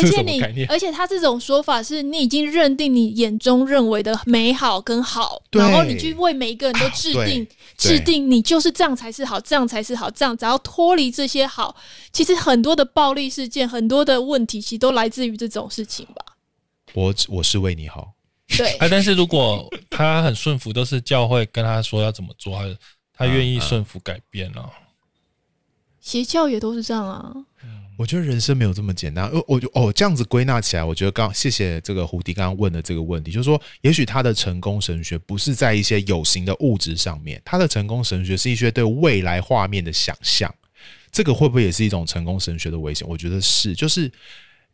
S3: [laughs] 这是
S4: 且
S3: 什么概
S4: 你，
S3: 念？
S4: 而且他这种说法是你已经认定你眼中认为的美好跟好，
S3: 对
S4: 然后你去为每一个人都制
S3: 对
S4: 定、
S3: 对
S4: 制定，你就是这样才是好，这样才是好，这样只要脱离这些好，其实很多的暴力事件，很多的问题，其实都来自于这种事情吧？
S3: 我我是为你好， [laughs]
S4: 对，
S3: 哎
S1: 啊，但是如果他很顺服，都是教会跟他说要怎么做，他他愿
S3: 嗯
S1: 意顺服改变啊了、
S4: 邪教也都是这样啊。
S3: 我觉得人生没有这么简单。呃，我就哦这样子归纳起来，我觉得刚谢谢这个胡迪刚刚问的这个问题，就是说，也许他的成功神学不是在一些有形的物质上面，他的成功神学是一些对未来画面的想象。这个会不会也是一种成功神学的危险？我觉得是，就是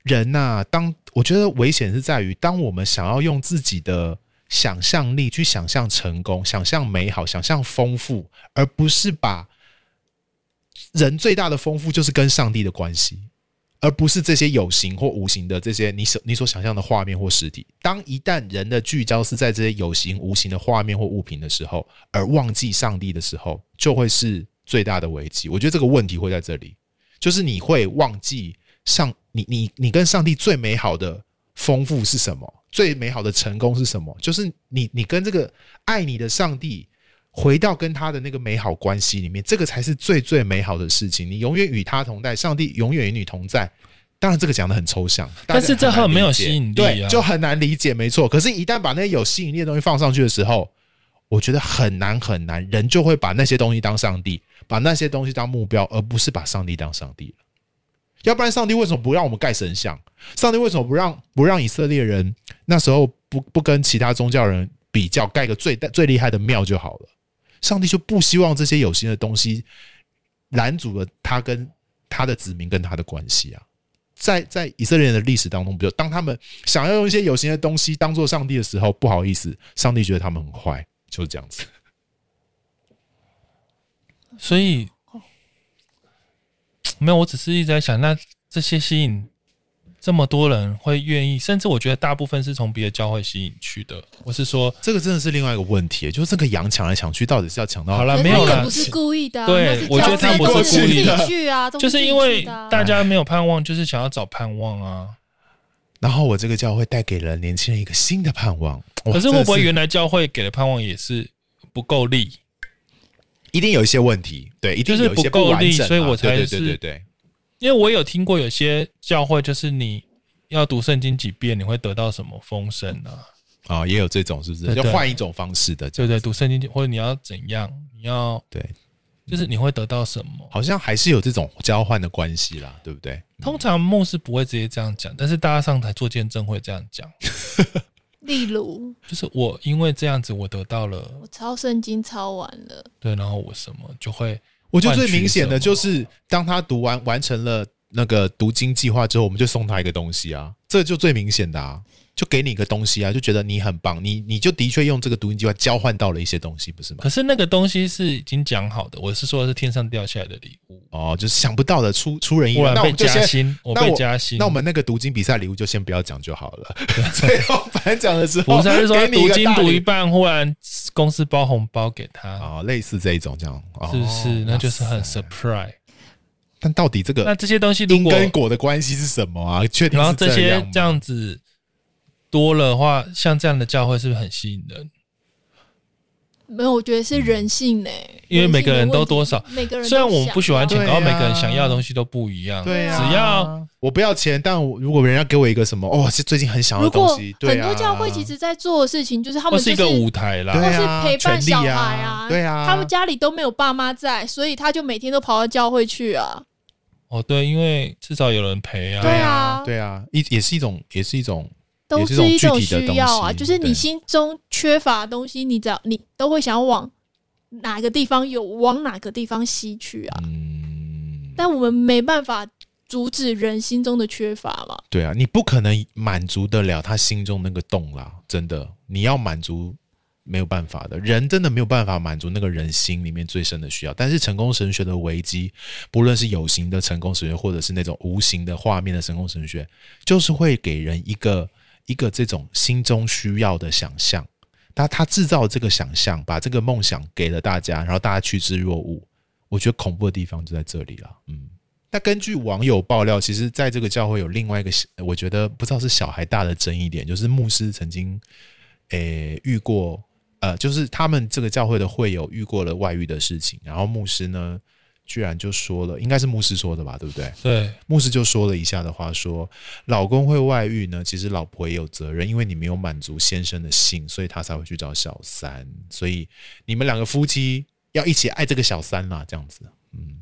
S3: 人呐、当我觉得危险是在于，当我们想要用自己的想象力去想象成功、想象美好、想象丰富，而不是把人最大的丰富就是跟上帝的关系，而不是这些有形或无形的这些你所你所想象的画面或实体。当一旦人的聚焦是在这些有形无形的画面或物品的时候，而忘记上帝的时候，就会是最大的危机。我觉得这个问题会在这里，就是你会忘记上你你你跟上帝最美好的丰富是什么，最美好的成功是什么？就是你你跟这个爱你的上帝。回到跟他的那个美好关系里面，这个才是最最美好的事情。你永远与他同在，上帝永远与你同在。当然，这个讲的很抽象，大家
S1: 但是这
S3: 难
S1: 很没有
S3: 理解
S1: 吸引力
S3: 对，
S1: 啊
S3: 就很难理解，没错。可是，一旦把那些有吸引力的东西放上去的时候，我觉得很难很难，人就会把那些东西当上帝，把那些东西当目标，而不是把上帝当上帝了。要不然，上帝为什么不让我们盖神像？上帝为什么不让不让以色列人那时候不不跟其他宗教人比较，盖个最大最厉害的庙就好了？上帝就不希望这些有形的东西拦阻了他跟他的子民跟他的关系啊。在在以色列人的历史当中，比如当他们想要用一些有形的东西当做上帝的时候，不好意思，上帝觉得他们很坏，就是这样子。
S1: 所以没有，我只是一直在想，那这些吸引这么多人会愿意，甚至我觉得大部分是从别的教会吸引去的。我是说，
S3: 这个真的是另外一个问题，就是这个羊抢来抢去，到底是要抢到
S1: 好啦
S4: 可
S1: 没
S4: 是
S1: 有
S4: 他
S1: 啦
S4: 也不是故意的啊、
S1: 对
S4: 那是
S1: 我觉得
S4: 教
S1: 他
S4: 会
S3: 不是
S4: 都
S3: 故意的
S4: 自己去啊，都
S1: 就是
S4: 自己
S1: 因为
S4: 去的啊
S1: 大家没有盼望，就是想要找盼望啊。
S3: 然后我这个教会带给了年轻人一个新的盼望。哇
S1: 可是会不会
S3: 真的
S1: 原来教会给的盼望也是不够力？
S3: 一定有一些问题？对，一
S1: 就
S3: 定
S1: 是
S3: 有一些
S1: 不够
S3: 完
S1: 力
S3: 整啊
S1: 所以我才
S3: 对对对
S1: 是
S3: 对对。
S1: 因为我有听过有些教会，就是你要读圣经几遍，你会得到什么丰盛啊？
S3: 啊、也有这种是不是？
S1: 对
S3: 就
S1: 对
S3: 换一种方式的，
S1: 对
S3: 就
S1: 不对？读圣经或者你要怎样？你要
S3: 对，
S1: 就是你会得到什么？
S3: 好像还是有这种交换的关系啦，对不对？
S1: 通常牧师不会直接这样讲，但是大家上台做见证会这样讲，
S4: 例如
S1: 就是我因为这样子我得到了，
S4: 我抄圣经抄完了，
S1: 对，然后我什么就会
S3: 我觉得最明显的就是，当他读完完成了那个读经计划之后，我们就送他一个东西啊，这就最明显的啊，就给你一个东西啊，就觉得你很棒，你你就的确用这个读经计划交换到了一些东西，不是吗？
S1: 可是那个东西是已经讲好的，我是说是天上掉下来的礼物，
S3: 哦，就是想不到的出出人意
S1: 忽
S3: 料，
S1: 然
S3: 那我
S1: 被
S3: 们就
S1: 加
S3: 先
S1: 薪，我
S3: 那
S1: 被
S3: 我
S1: 加薪，
S3: 那我们那个读经比赛礼物就先不要讲就好
S1: [laughs]
S3: 了。最后颁奖的时候，
S1: 不是他是说
S3: 给你
S1: 读
S3: 一个
S1: 经
S3: 大
S1: 读
S3: 礼
S1: 一半，忽然公司包红包给他，
S3: 哦，类似这一种这样，哦
S1: 是不是？那就是很
S3: 哇塞
S1: surprise。
S3: 但到底这
S1: 那
S3: 个
S1: 这些东西如
S3: 因
S1: 果
S3: 跟果的关系是什么啊？确定
S1: 然后
S3: 是
S1: 这
S3: 样
S1: 些
S3: 吗
S1: 这样子多了的话，像这样的教会是不是很吸引人？
S4: 没有，我觉得是人性呢、
S1: 因为每个人
S4: 性的
S1: 都
S4: 问题
S1: 多少，
S4: 每个人都
S1: 虽然我们不喜欢钱，
S3: 对
S1: 然
S3: 啊
S1: 后每个人想要的东西都不一样。
S3: 对啊，
S1: 只要
S3: 我不要钱，但我如果人家给我一个什么，哦，是最近很想要
S4: 如
S3: 的东
S4: 果
S3: 西，对
S4: 很
S3: 啊，
S4: 多教会其实在做的事情，就是他
S1: 或
S4: 们
S1: 是
S4: 就
S1: 一
S4: 是
S1: 个舞台啦，
S3: 对
S4: 或是
S3: 啊
S4: 陪
S3: 权
S4: 伴
S3: 利
S4: 小
S3: 啊
S4: 孩
S3: 对啊
S4: 他们家里都没有爸妈在，所以他就每天都跑到教会去啊。
S1: 哦对，因为至少有人陪啊。
S4: 对啊
S3: 对啊，一也是一种，也是一种，
S4: 都
S3: 也是一
S4: 一
S3: 种
S4: 种
S3: 具体的
S4: 需要
S3: 东
S4: 啊，
S3: 西
S4: 就是你
S3: 对
S4: 心中缺乏的东西，你只要你都会想往哪个地方有，往哪个地方吸去啊。
S3: 嗯，
S4: 但我们没办法阻止人心中的缺乏嘛。
S3: 对啊，你不可能满足得了他心中那个洞啦，真的，你要满足没有办法的，人真的没有办法满足那个人心里面最深的需要。但是成功神学的危机，不论是有形的成功神学，或者是那种无形的画面的成功神学，就是会给人一个一个这种心中需要的想象。他他制造这个想象，把这个梦想给了大家，然后大家趋之若鹜。我觉得恐怖的地方就在这里了，嗯。那根据网友爆料，其实在这个教会有另外一个，我觉得不知道是小还大的争议点，就是牧师曾经诶、遇过，呃，就是他们这个教会的会友遇过了外遇的事情，然后牧师呢，居然就说了，应该是牧师说的吧，对不对？
S1: 对，
S3: 牧师就说了以下的话说：老公会外遇呢，其实老婆也有责任，因为你没有满足先生的性，所以他才会去找小三。所以你们两个夫妻要一起爱这个小三啦，这样子。嗯，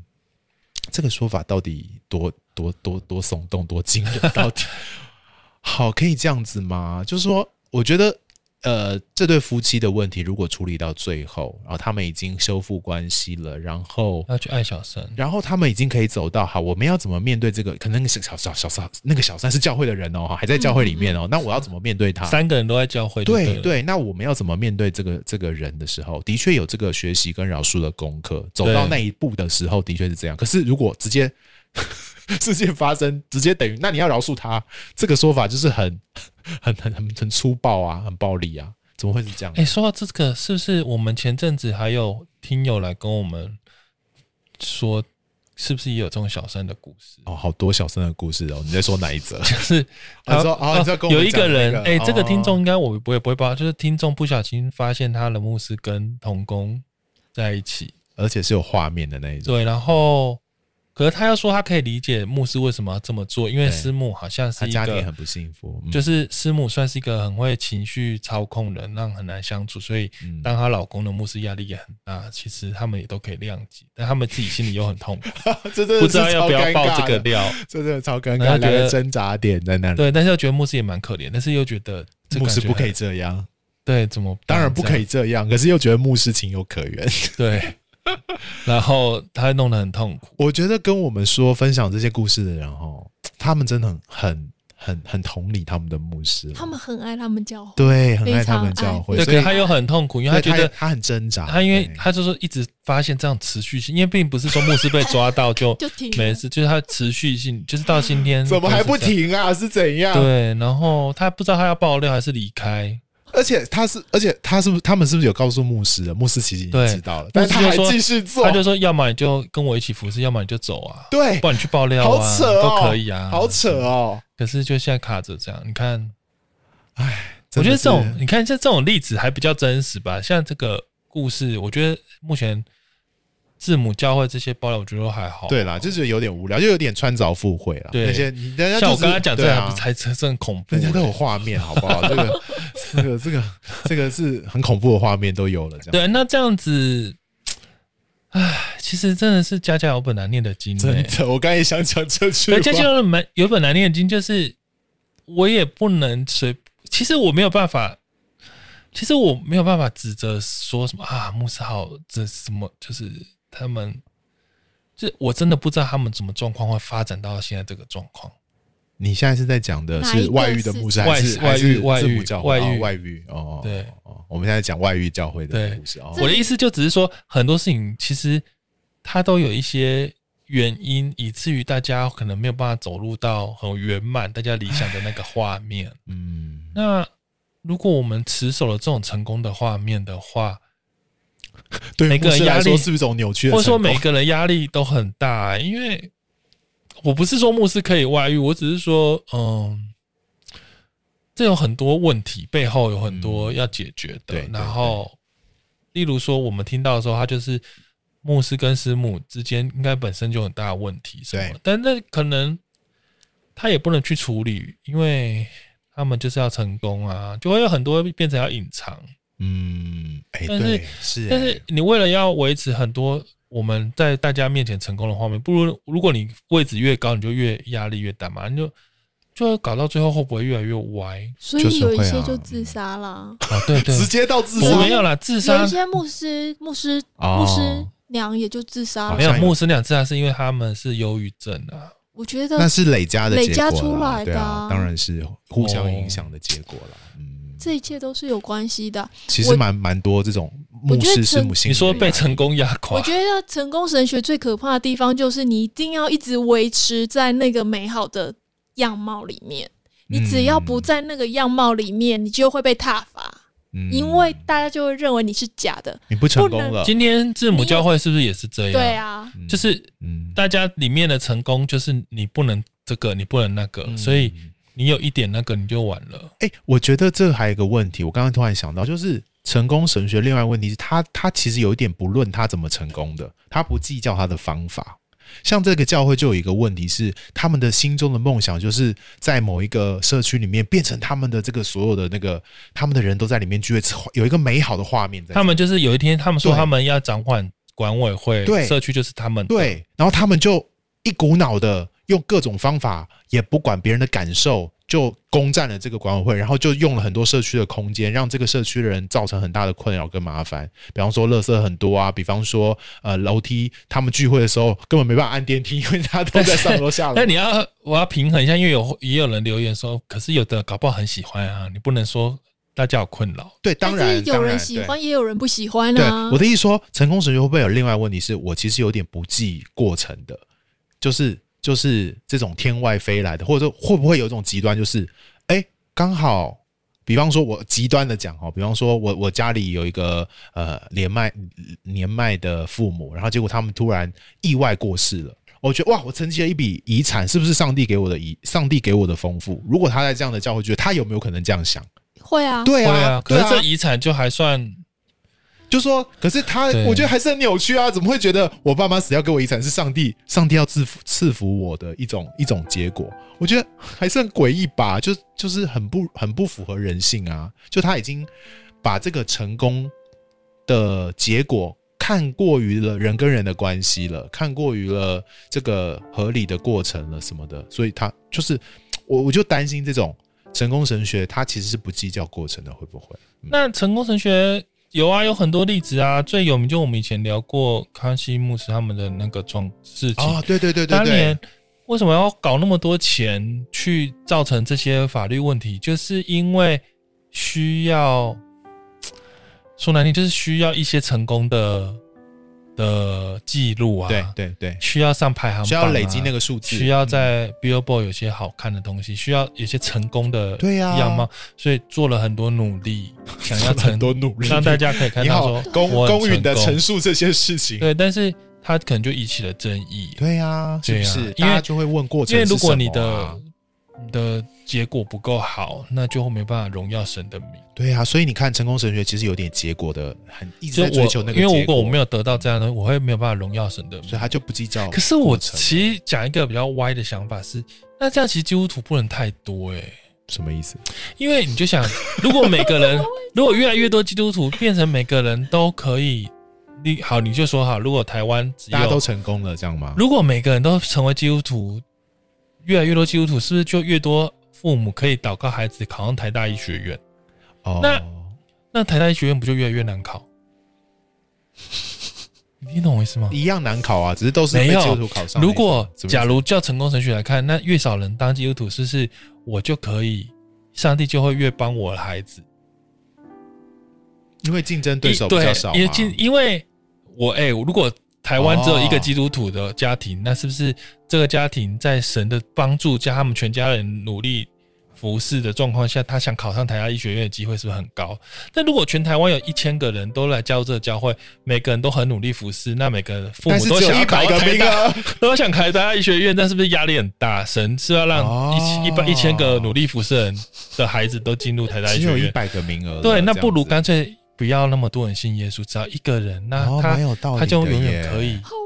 S3: 这个说法到底多多多多耸动，多惊人？到底好可以这样子吗？就是说，我觉得。呃，这对夫妻的问题如果处理到最后，然后他们已经修复关系了，然后
S1: 要去爱小三，
S3: 然后他们已经可以走到好，我们要怎么面对这个？可能是小小小三，那个小三是教会的人哦，还在教会里面哦。那我要怎么面对他？
S1: 嗯三个人都在教会就
S3: 对
S1: 了，
S3: 对，那我们要怎么面对这个这个人的时候，的确有这个学习跟饶恕的功课。走到那一步的时候，的确是这样。可是如果直接 [laughs] 事件发生，直接等于那你要饶恕他，这个说法就是很很很很很粗暴啊，很暴力啊，怎么会是这样？
S1: 哎、说到这个，是不是我们前阵子还有听友来跟我们说，是不是也有这种小三的故事？ [laughs]
S3: 哦，好多小三的故事哦，你在说哪一则？
S1: 就是
S3: 哦你说哦你说跟我
S1: 有
S3: 们
S1: 一个
S3: 讲那
S1: 人
S3: 个，
S1: 哎、这个听
S3: 哦
S1: 众应该我不会不会报，就是听众不小心发现他的牧师跟童工在一起，
S3: 而且是有画面的那一种，
S1: 对，然后可是他又说他可以理解牧师为什么要这么做，因为
S3: 对
S1: 师母好像
S3: 他
S1: 是一
S3: 家庭
S1: 个
S3: 很不幸福，嗯
S1: 就是师母算是一个很会情绪操控的人，让很难相处，所以
S3: 嗯
S1: 当她老公的牧师压力也很大，其实他们也都可以谅解，但他们自己心里又很痛苦，
S3: [laughs] [laughs] 这真的
S1: 不知道要不要
S3: 爆
S1: 爆这个，料。
S3: [laughs] 这真的超尴
S1: 然
S3: 尬，
S1: 后觉
S3: 两
S1: 得
S3: 个挣扎点在那里。
S1: 对，但是又觉得牧师也蛮可怜，但是又觉得这
S3: 牧师
S1: 感觉
S3: 不可以
S1: 很
S3: 这样，
S1: 对，怎么办
S3: 当然不可
S1: 这
S3: 以
S1: 样
S3: 这样，可是又觉得牧师情有可原。 [laughs]
S1: 对， [laughs] 然后他弄得很痛苦，
S3: 我觉得跟我们说分享这些故事的人哦，他们真的很很很很同理他们的牧师了，
S4: 他们很爱他们教会，
S3: 对很爱
S4: 非常
S3: 他们
S4: 爱
S3: 教会，
S1: 对，可
S3: 所以
S1: 是他又很痛苦，因为他
S3: 对
S1: 觉得
S3: 他很挣扎，
S1: 他因为
S3: 对
S1: 他就是一直发现这样持续性，因为并不是说牧师被抓到就
S4: [laughs] 就停了
S1: 没事，就是他持续性，就是到今天
S3: [laughs] 怎么还不
S1: 都是
S3: 停啊？是怎
S1: 这
S3: 样？
S1: 样？对，然后他不知道他要爆料还是离开，
S3: 而且他是，而且他是不是他们是不是有告诉牧师的？牧师其实已经
S1: 对
S3: 知道了，但是他
S1: 牧
S3: 还
S1: 师就说
S3: 继续做，
S1: 他就说要么你就跟我一起服侍，要么你就走啊，
S3: 对
S1: 不然你去爆料
S3: 好
S1: 啊，
S3: 扯哦，
S1: 都可以啊，
S3: 好扯。哦。
S1: 可是就现在卡着这样，你看，我
S3: 真
S1: 觉得
S3: 的是
S1: 这种你看像这种例子还比较真实吧，像这个故事，我觉得目前字母教会这些爆料，我觉得都还好。
S3: 对啦，就觉得有点无聊，就有点穿凿附会了。
S1: 对
S3: 那些你人
S1: 像
S3: 家就
S1: 我
S3: 是
S1: 刚刚讲，这
S3: 对
S1: 还
S3: 啊
S1: 不，才真正恐怖
S3: 人
S1: 嘞。
S3: 家都有画面，好不好？
S1: [laughs]
S3: 这个这个这个这个是很恐怖的画面都有了，这样
S1: 对，那这样子，唉，其实真的是家家有本难念的经、欸
S3: 真。的，我刚才也想讲这句
S1: 对，家家
S3: 话。
S1: 有本有本难念的经，就是我也不能随，其实我没有办法，其实我没有办法指责说什么啊，穆斯浩这什么，就是他们，就是我真的不知道他们怎么状况会发展到现在这个状况。
S3: 你现在是在讲的
S4: 哪一
S3: 是
S4: 个
S3: 外遇的牧师，还是
S1: 外
S3: 还是
S1: 外遇
S3: 字母
S1: 外遇
S3: 教会
S1: 外
S3: 哦
S1: 遇
S3: 外遇哦？哦
S1: 对，
S3: 哦我们现在讲外遇教会的
S1: 对
S3: 故事哦。
S1: 我的意思就只是说，很多事情其实它都有一些原因，以至于大家可能没有办法走入到很圆满大家理想的那个画面。
S3: 嗯，
S1: 那如果我们持守了这种成功的画面的话，
S3: 对
S1: 每个
S3: 牧师来
S1: 压力
S3: 说是不是一种扭曲的
S1: 或者
S3: 成功？
S1: 说每个人压力都很大、因为我不是说牧师可以外遇，我只是说，嗯，这有很多问题，背后有很多要解决的。
S3: 对对
S1: 然后，例如说我们听到的时候，他就是牧师跟师母之间应该本身就很大的问题，什么
S3: 对，
S1: 但那可能他也不能去处理，因为他们就是要成功啊，就会有很多变成要隐藏。
S3: 嗯，哎，
S1: 但是
S3: 对，是
S1: 但
S3: 哎
S1: 是你为了要维持很多我们在大家面前成功的画面，不如如果你位置越高，你就越压力越大嘛，你就就搞到最后会不会越来越歪
S4: 所以
S3: 就是
S4: 有
S3: 会啊
S4: 一些就自杀啦。
S1: 啊？对对
S3: 直，接到自
S1: 我
S3: 杀
S1: 没有啦，自
S4: 有
S1: 杀
S4: 一些牧师、牧师、
S3: 哦
S4: 牧师娘也就自杀
S3: 好
S4: 了
S1: 没。有
S3: 像有
S1: 牧师俩自杀是因为他们是忧郁症啊，
S4: 我觉
S3: 那
S4: 得
S3: 是累加的
S4: 累
S3: 结
S4: 加
S3: 果
S4: 出
S3: 啦
S4: 来
S3: 对
S4: 的
S3: 啊
S4: 啊，
S3: 当然是互
S1: 哦
S3: 相影响的结果啦。嗯，
S4: 这一切都是有关系的。
S3: 其实
S4: 我
S3: 蛮蛮多这种
S4: 我
S3: 目
S4: 觉得
S3: 视是
S4: 成
S3: 母性，
S1: 你说被成功压
S4: 我
S1: 垮，
S4: 觉得成功神学最可怕的地方就是你一定要一直维持在那个美好的样貌里面，
S3: 嗯
S4: 你只要不在那个样貌里面，你就会被挞伐，
S3: 嗯，
S4: 因为大家就会认为你是假的。
S3: 你不成功
S4: 不
S1: [laughs]
S3: 了，
S1: 今天字母教会是不是也是这样？
S4: 对，啊，
S3: 嗯
S1: 就是
S3: 嗯，
S1: 大家里面的成功，就是你不能这个，你不能那个，所以你有一点那个你就完了。
S3: 哎、我觉得这还有一个问题，我刚刚突然想到，就是成功神学另外一个问题是他，他其实有一点不论他怎么成功的，他不计较他的方法。像这个教会就有一个问题是，他们的心中的梦想就是在某一个社区里面变成他们的这个所有的那个，他们的人都在里面聚会，有一个美好的画面在。
S1: 他们就是有一天，他们说
S3: 对
S1: 他们要掌管管委会，
S3: 对
S1: 社区就是他们的，
S3: 对，然后他们就一股脑的用各种方法，也不管别人的感受，就攻占了这个管委会，然后就用了很多社区的空间，让这个社区的人造成很大的困扰跟麻烦。比方说，垃圾很多啊，比方说，呃，楼梯，他们聚会的时候根本没办法按电梯，因为大家都在上楼下楼
S1: [laughs] 但。哎你要我要平衡一下，因为有也有人留言说，可是有的搞不好很喜欢啊，你不能说大家有困扰。
S3: 对，当
S4: 但
S3: 然
S4: 是有
S3: 当
S4: 人
S3: 然
S4: 喜
S3: 对
S4: 欢，也有人不喜欢
S3: 对
S4: 啊，
S3: 我。的意思说，成功神学会不会有另外一个问题是？我其实有点不计过程的，就是就是这种天外飞来的，或者说会不会有一种极端，就是哎，诶刚好，比方说我极端的讲哦，比方说我我家里有一个呃年迈年迈的父母，然后结果他们突然意外过世了。我觉得哇，我承接了一笔遗产，是不是上帝给我的遗，上帝给我的丰富？如果他在这样的教会，觉得他有没有可能这样想？
S4: 会啊，
S3: 对
S1: 会
S3: 啊
S1: 啊，，可
S3: 对
S1: 是
S3: 啊
S1: 这遗产就还算
S3: 就说，可是他，
S1: 对
S3: 我觉得还是很扭曲啊！怎么会觉得我爸妈死掉给我遗产是上帝，上帝要赐福赐福我的一种一种结果？我觉得还是很诡异吧，就就是很不很不符合人性啊！就他已经把这个成功的结果看过于了人跟人的关系了，看过于了这个合理的过程了什么的，所以他就是我我就担心这种成功神学，它其实是不计较过程的，会不会？
S1: 那成功神学有啊，有很多例子啊，最有名就我们以前聊过康熙牧师他们的那个状事情，
S3: 哦，对对对对
S1: 当
S3: 对
S1: 年。为什么要搞那么多钱去造成这些法律问题？就是因为需要说难听，就是需要一些成功的的记录啊，
S3: 对对对，
S1: 需要上排行榜、啊，
S3: 需要累积那个数字，
S1: 需要
S3: 嗯
S1: 在 Billboard 有些好看的东西，需要有些成功的
S3: 对呀
S1: 样
S3: [laughs]
S1: 貌，所以做了很多努力，想要
S3: 很
S1: 成
S3: 多努力，
S1: 让大家可以看
S3: 你
S1: 到
S3: 好
S1: 说
S3: 公
S1: 我很
S3: 公允的
S1: 成
S3: 陈
S1: 功，
S3: 述这些事情。
S1: 对，但是他可能就引起了争议，
S3: 对呀，是
S1: 对
S3: 不
S1: 啊
S3: 是？
S1: 因
S3: 大
S1: 为
S3: 家就会问过程
S1: 因为
S3: 是什么
S1: 如果
S3: 啊，
S1: 你的你的结果不够好，那就没办法荣耀神的名。
S3: 对呀，所以你看成功神学其实有点结果的，很一直
S1: 就
S3: 在追求
S1: 我
S3: 那个
S1: 因
S3: 结果，啊
S1: 为如果我没有得到这样的东西，我会没有办法荣耀神的名
S3: 所以。他就不计较过程。
S1: 可是我其实讲一个比较歪的想法是，那这样其实基督徒不能太多诶、欸
S3: 什么意思？
S1: 因为你就想，如果每个
S3: [laughs]
S1: 人，如果越来越多基督徒变成每个人都可以，你好，你就说好，如果台湾只
S3: 大家都
S1: 有，
S3: 成功了，这样吗？
S1: 如果每个人都成为基督徒，越来越多基督徒，是不是就越多父母可以祷告孩子考上台大医学院？
S3: 哦
S1: 那那台大医学院不就越来越难考？你听懂我意思吗？
S3: 一样难考啊，只是都是
S1: 没
S3: 被
S1: 有
S3: 基督徒考上那种。
S1: 如果
S3: 怎么
S1: 假如照成功程序来看，那越少人当基督徒，是不是我就可以，上帝就会越帮我的孩子？
S3: 因为竞争对手比
S1: 对，
S3: 较少嘛，
S1: 因为今因为我哎、如果台湾只有一个基督徒的家庭，那是不是这个家庭在神的帮助加他们全家人努力服侍的状况下，他想考上台大医学院的机会是不是很高？但如果全台湾有一千个人都来加入这个教会，每个人都很努力服侍，那每个人父
S3: [laughs] 但
S1: 母
S3: 是
S1: 都
S3: 只有
S1: 想
S3: 一
S1: 要考
S3: 百个
S1: 台
S3: 名
S1: 大，
S3: 额，
S1: 都想考台大医学院，那是不是压力很大？神是要让一千、一
S3: 哦
S1: 百一千个努力服侍人的孩子都进入台大医
S3: [laughs] 只
S1: 学
S3: 有
S1: 院，
S3: 一百个名额了。
S1: 对，那
S3: 这样
S1: 不如
S3: 子
S1: 干脆不要那么多人信耶稣，只要一个人，那
S3: 哦
S1: 他、
S3: 蛮有道理的
S1: 他就永
S3: 耶
S1: 远可以，
S4: 好啊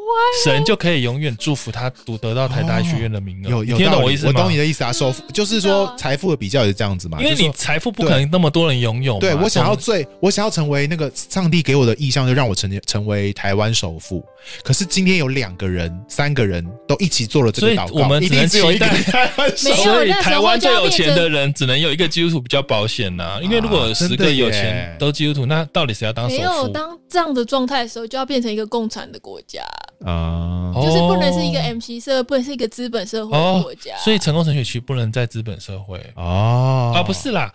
S4: 歪，
S1: 神就可以永远祝福他读得到台大医学院的名额。
S3: 哦有
S1: 你
S3: 有
S1: 听
S3: 道
S1: 懂我
S3: 理
S1: 意思
S3: 我
S1: 吗？
S3: 懂你的意思啊，首富就是
S4: 知道
S3: 说
S4: 嗯啊
S3: 财富的比较也是这样子嘛，
S1: 因为
S3: 就是
S1: 你啊
S3: 说
S1: 财富不
S3: 对
S1: 可能那么多人拥有嘛。
S3: 对我想要
S1: 总
S3: 最，我想要成为那个上帝给我的意向，就让我成成为台湾首富。可是今天有两个人、三个人都一起做了这
S1: 所
S3: 个
S1: 以
S3: 祷告，
S1: 我们
S3: 一
S1: 只
S3: 定
S1: 能
S3: 只有一个
S1: 期待
S3: 台 [laughs] 湾首
S4: 没有
S3: 富。
S1: 所以
S4: 那时候
S1: 台湾
S4: 就
S1: 最
S4: 要
S1: 有钱
S4: 变成
S1: 的人只能有一个基督徒比较保险呐、因为如果有
S3: 啊真
S1: 十
S3: 的
S1: 个有
S3: 耶
S1: 钱都基督徒，那到底谁要当首
S4: 没有
S1: 富？
S4: 当这样的状态的时候，就要变成一个共产的国家。
S3: 啊，
S1: [laughs] 哦哦
S4: 就是不能是一个啊 MC 社会，不能是一个资本社会的国家。
S1: 所以成功神学其实不能在资本社会
S3: 哦
S1: 啊，不，是啦，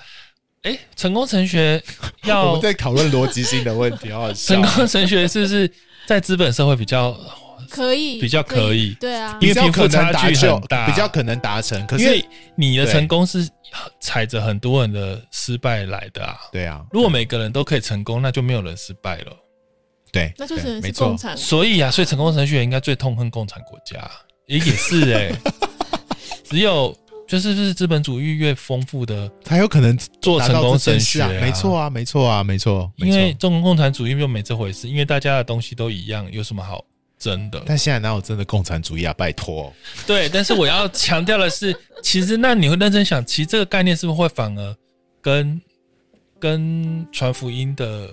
S1: 哎，成功神学
S3: [laughs] 我
S1: 要
S3: 们在讨论逻辑性的问题，好好笑
S1: 成。功神学是不 [laughs] 是在资本社会比较
S4: 可以
S1: 比较可以
S4: 对啊，
S1: 因为
S3: 比较
S1: 贫富
S3: 可能
S1: 差
S3: 达
S1: 距
S3: 就
S1: 很大
S3: 比较可能达成，可
S1: 因
S3: 是
S1: 为你的
S3: 对
S1: 成功是踩着很多人的失败来的啊。
S3: 对啊，
S1: 如果每个人都可以成功，那就没有人失败了。
S3: 对，
S4: 那就
S3: 对
S4: 只能
S3: 没
S4: 是
S3: 错
S4: 共产国
S1: 所以啊，所以成功程序员应该最痛恨共产国家，也也是
S3: [laughs]
S1: 哎、只有就是就是资本主义越丰富的
S3: 才有可能
S1: 做
S3: 达
S1: 成
S3: 到
S1: 功
S3: 这
S1: 神
S3: 件事
S1: 学、
S3: 啊，没错
S1: 啊。
S3: 啊，没错啊，没错，没
S1: 因
S3: 错
S1: 为中共产主义又没这回事，因为大家的东西都一样，有什么好争的？
S3: 但现在哪有真的共产主义啊？拜托，
S1: 对，但是我要强调的是， [laughs] 其实那你会认真想，其实这个概念是不是会反而跟跟传福音的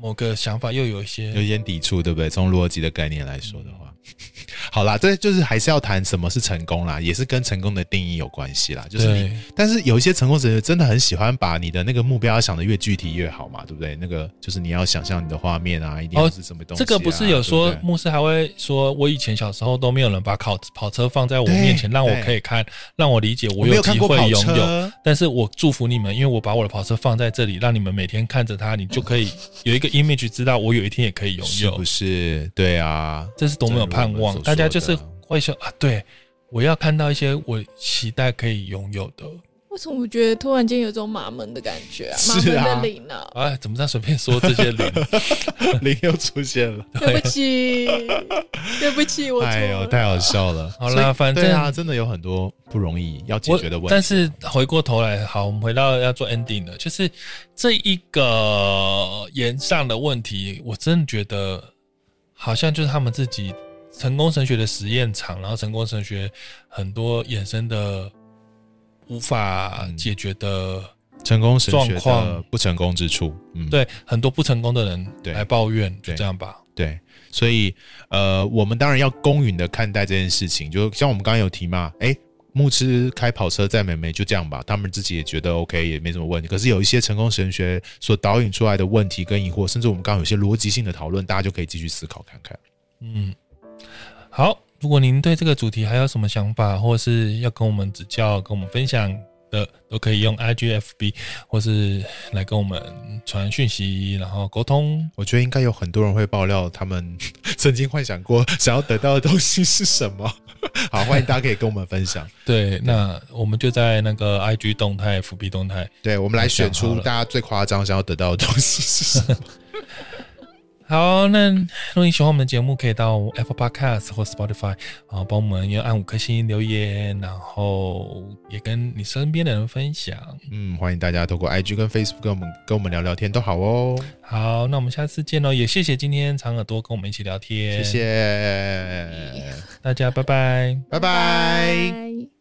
S1: 某个想法又有一
S3: 有
S1: 些？
S3: 一点抵触，对不对？从逻辑的概念来说的话， [laughs] 好啦，这就是还是要谈什么是成功啦，也是跟成功的定义有关系啦。就是你，
S1: 对
S3: 但是有一些成功者真的很喜欢把你的那个目标想的越具体越好嘛，对不对？那个就是你要想象你的画面啊，一定要
S1: 哦
S3: 是什么东西、
S1: 这
S3: 啊
S1: 个不是有说
S3: 对不对
S1: 牧师还会说，我以前小时候都没有人把跑跑车放在我
S3: 对
S1: 面前，让我
S3: 对
S1: 可以看，让我理解
S3: 我
S1: 我
S3: 没有看
S1: 机
S3: 过
S1: 会
S3: 跑
S1: 拥有。
S3: 车，
S1: 但是我祝福你们，因为我把我的跑车放在这里，让你们每天看着它，你就可以有一个 image，知道我有一天也可以拥
S3: 是
S1: 有
S3: 不。是？对
S1: [laughs]
S3: 啊，
S1: 这是多么有盼
S3: 正如我们
S1: 望
S3: 所！
S1: 大家
S3: 说
S1: 就是
S3: 的
S1: 会说啊，对我要看到一些我期待可以拥有
S3: [laughs]
S1: 的。
S4: 为什么我觉得突然间有种马门的感觉啊？
S3: 是啊
S4: 马门的灵啊，
S1: 哎，怎么在随便说这些零？
S3: 零又出现了。
S4: 对不起，对不起，我错
S3: 哎呦，
S4: 了。
S3: 太好笑了！
S1: 好啦
S3: 所以
S1: 反正
S3: 对啊，真的有很多不容易要解
S1: 我
S3: 决的问
S1: 但
S3: 题。
S1: 是回过头来，好，我们回到要做 ending 了，就是这一个延上的问题，我真的觉得好像就是他们自己成功神学的实验场，然后成功神学很多衍生的无法解决
S3: 嗯
S1: 的。
S3: 成功神学
S1: 状
S3: 的
S1: 况
S3: 不成功之处，嗯，
S1: 对很多不成功的人
S3: 对
S1: 来抱怨，就
S3: 对
S1: 这样吧。
S3: 对，所以呃，我们当然要公允的看待这件事情，就像我们刚刚有提嘛，哎、牧师开跑车载美眉就这样吧，他们自己也觉得 OK，也没什么问题。可是有一些成功神学所导引出来的问题跟疑惑，甚至我们刚刚有些逻辑性的讨论，大家就可以继续思考看看。
S1: 嗯，好，如果您对这个主题还有什么想法，或是要跟我们指教、跟我们分享的，都可以用 IGFB 或是来跟我们传讯息，然后沟通。
S3: 我觉得应该有很多人会爆料，他们 [laughs] 曾经幻想过 [laughs] 想要得到的东西是什么。 [laughs] 好，欢迎大家可以跟我们分享。
S1: 对，那我们就在那个 IG 动态、FB 动态。
S3: 对，我们来选
S1: 想好
S3: 出
S1: 了
S3: 大家最夸张想要得到的东西是什么。
S1: 好，那如果你喜欢我们的节目，可以到 Apple Podcast 或 Spotify 啊，帮我们要按五颗星留言，然后也跟你身边的人分享。
S3: 嗯，欢迎大家透过 IG 跟 Facebook 跟我们跟我们聊聊天都好哦，
S1: 好，那我们下次见喽！也谢谢今天长耳朵跟我们一起聊天，
S3: 谢谢，
S1: 大家，拜拜。
S3: 拜拜。
S4: 拜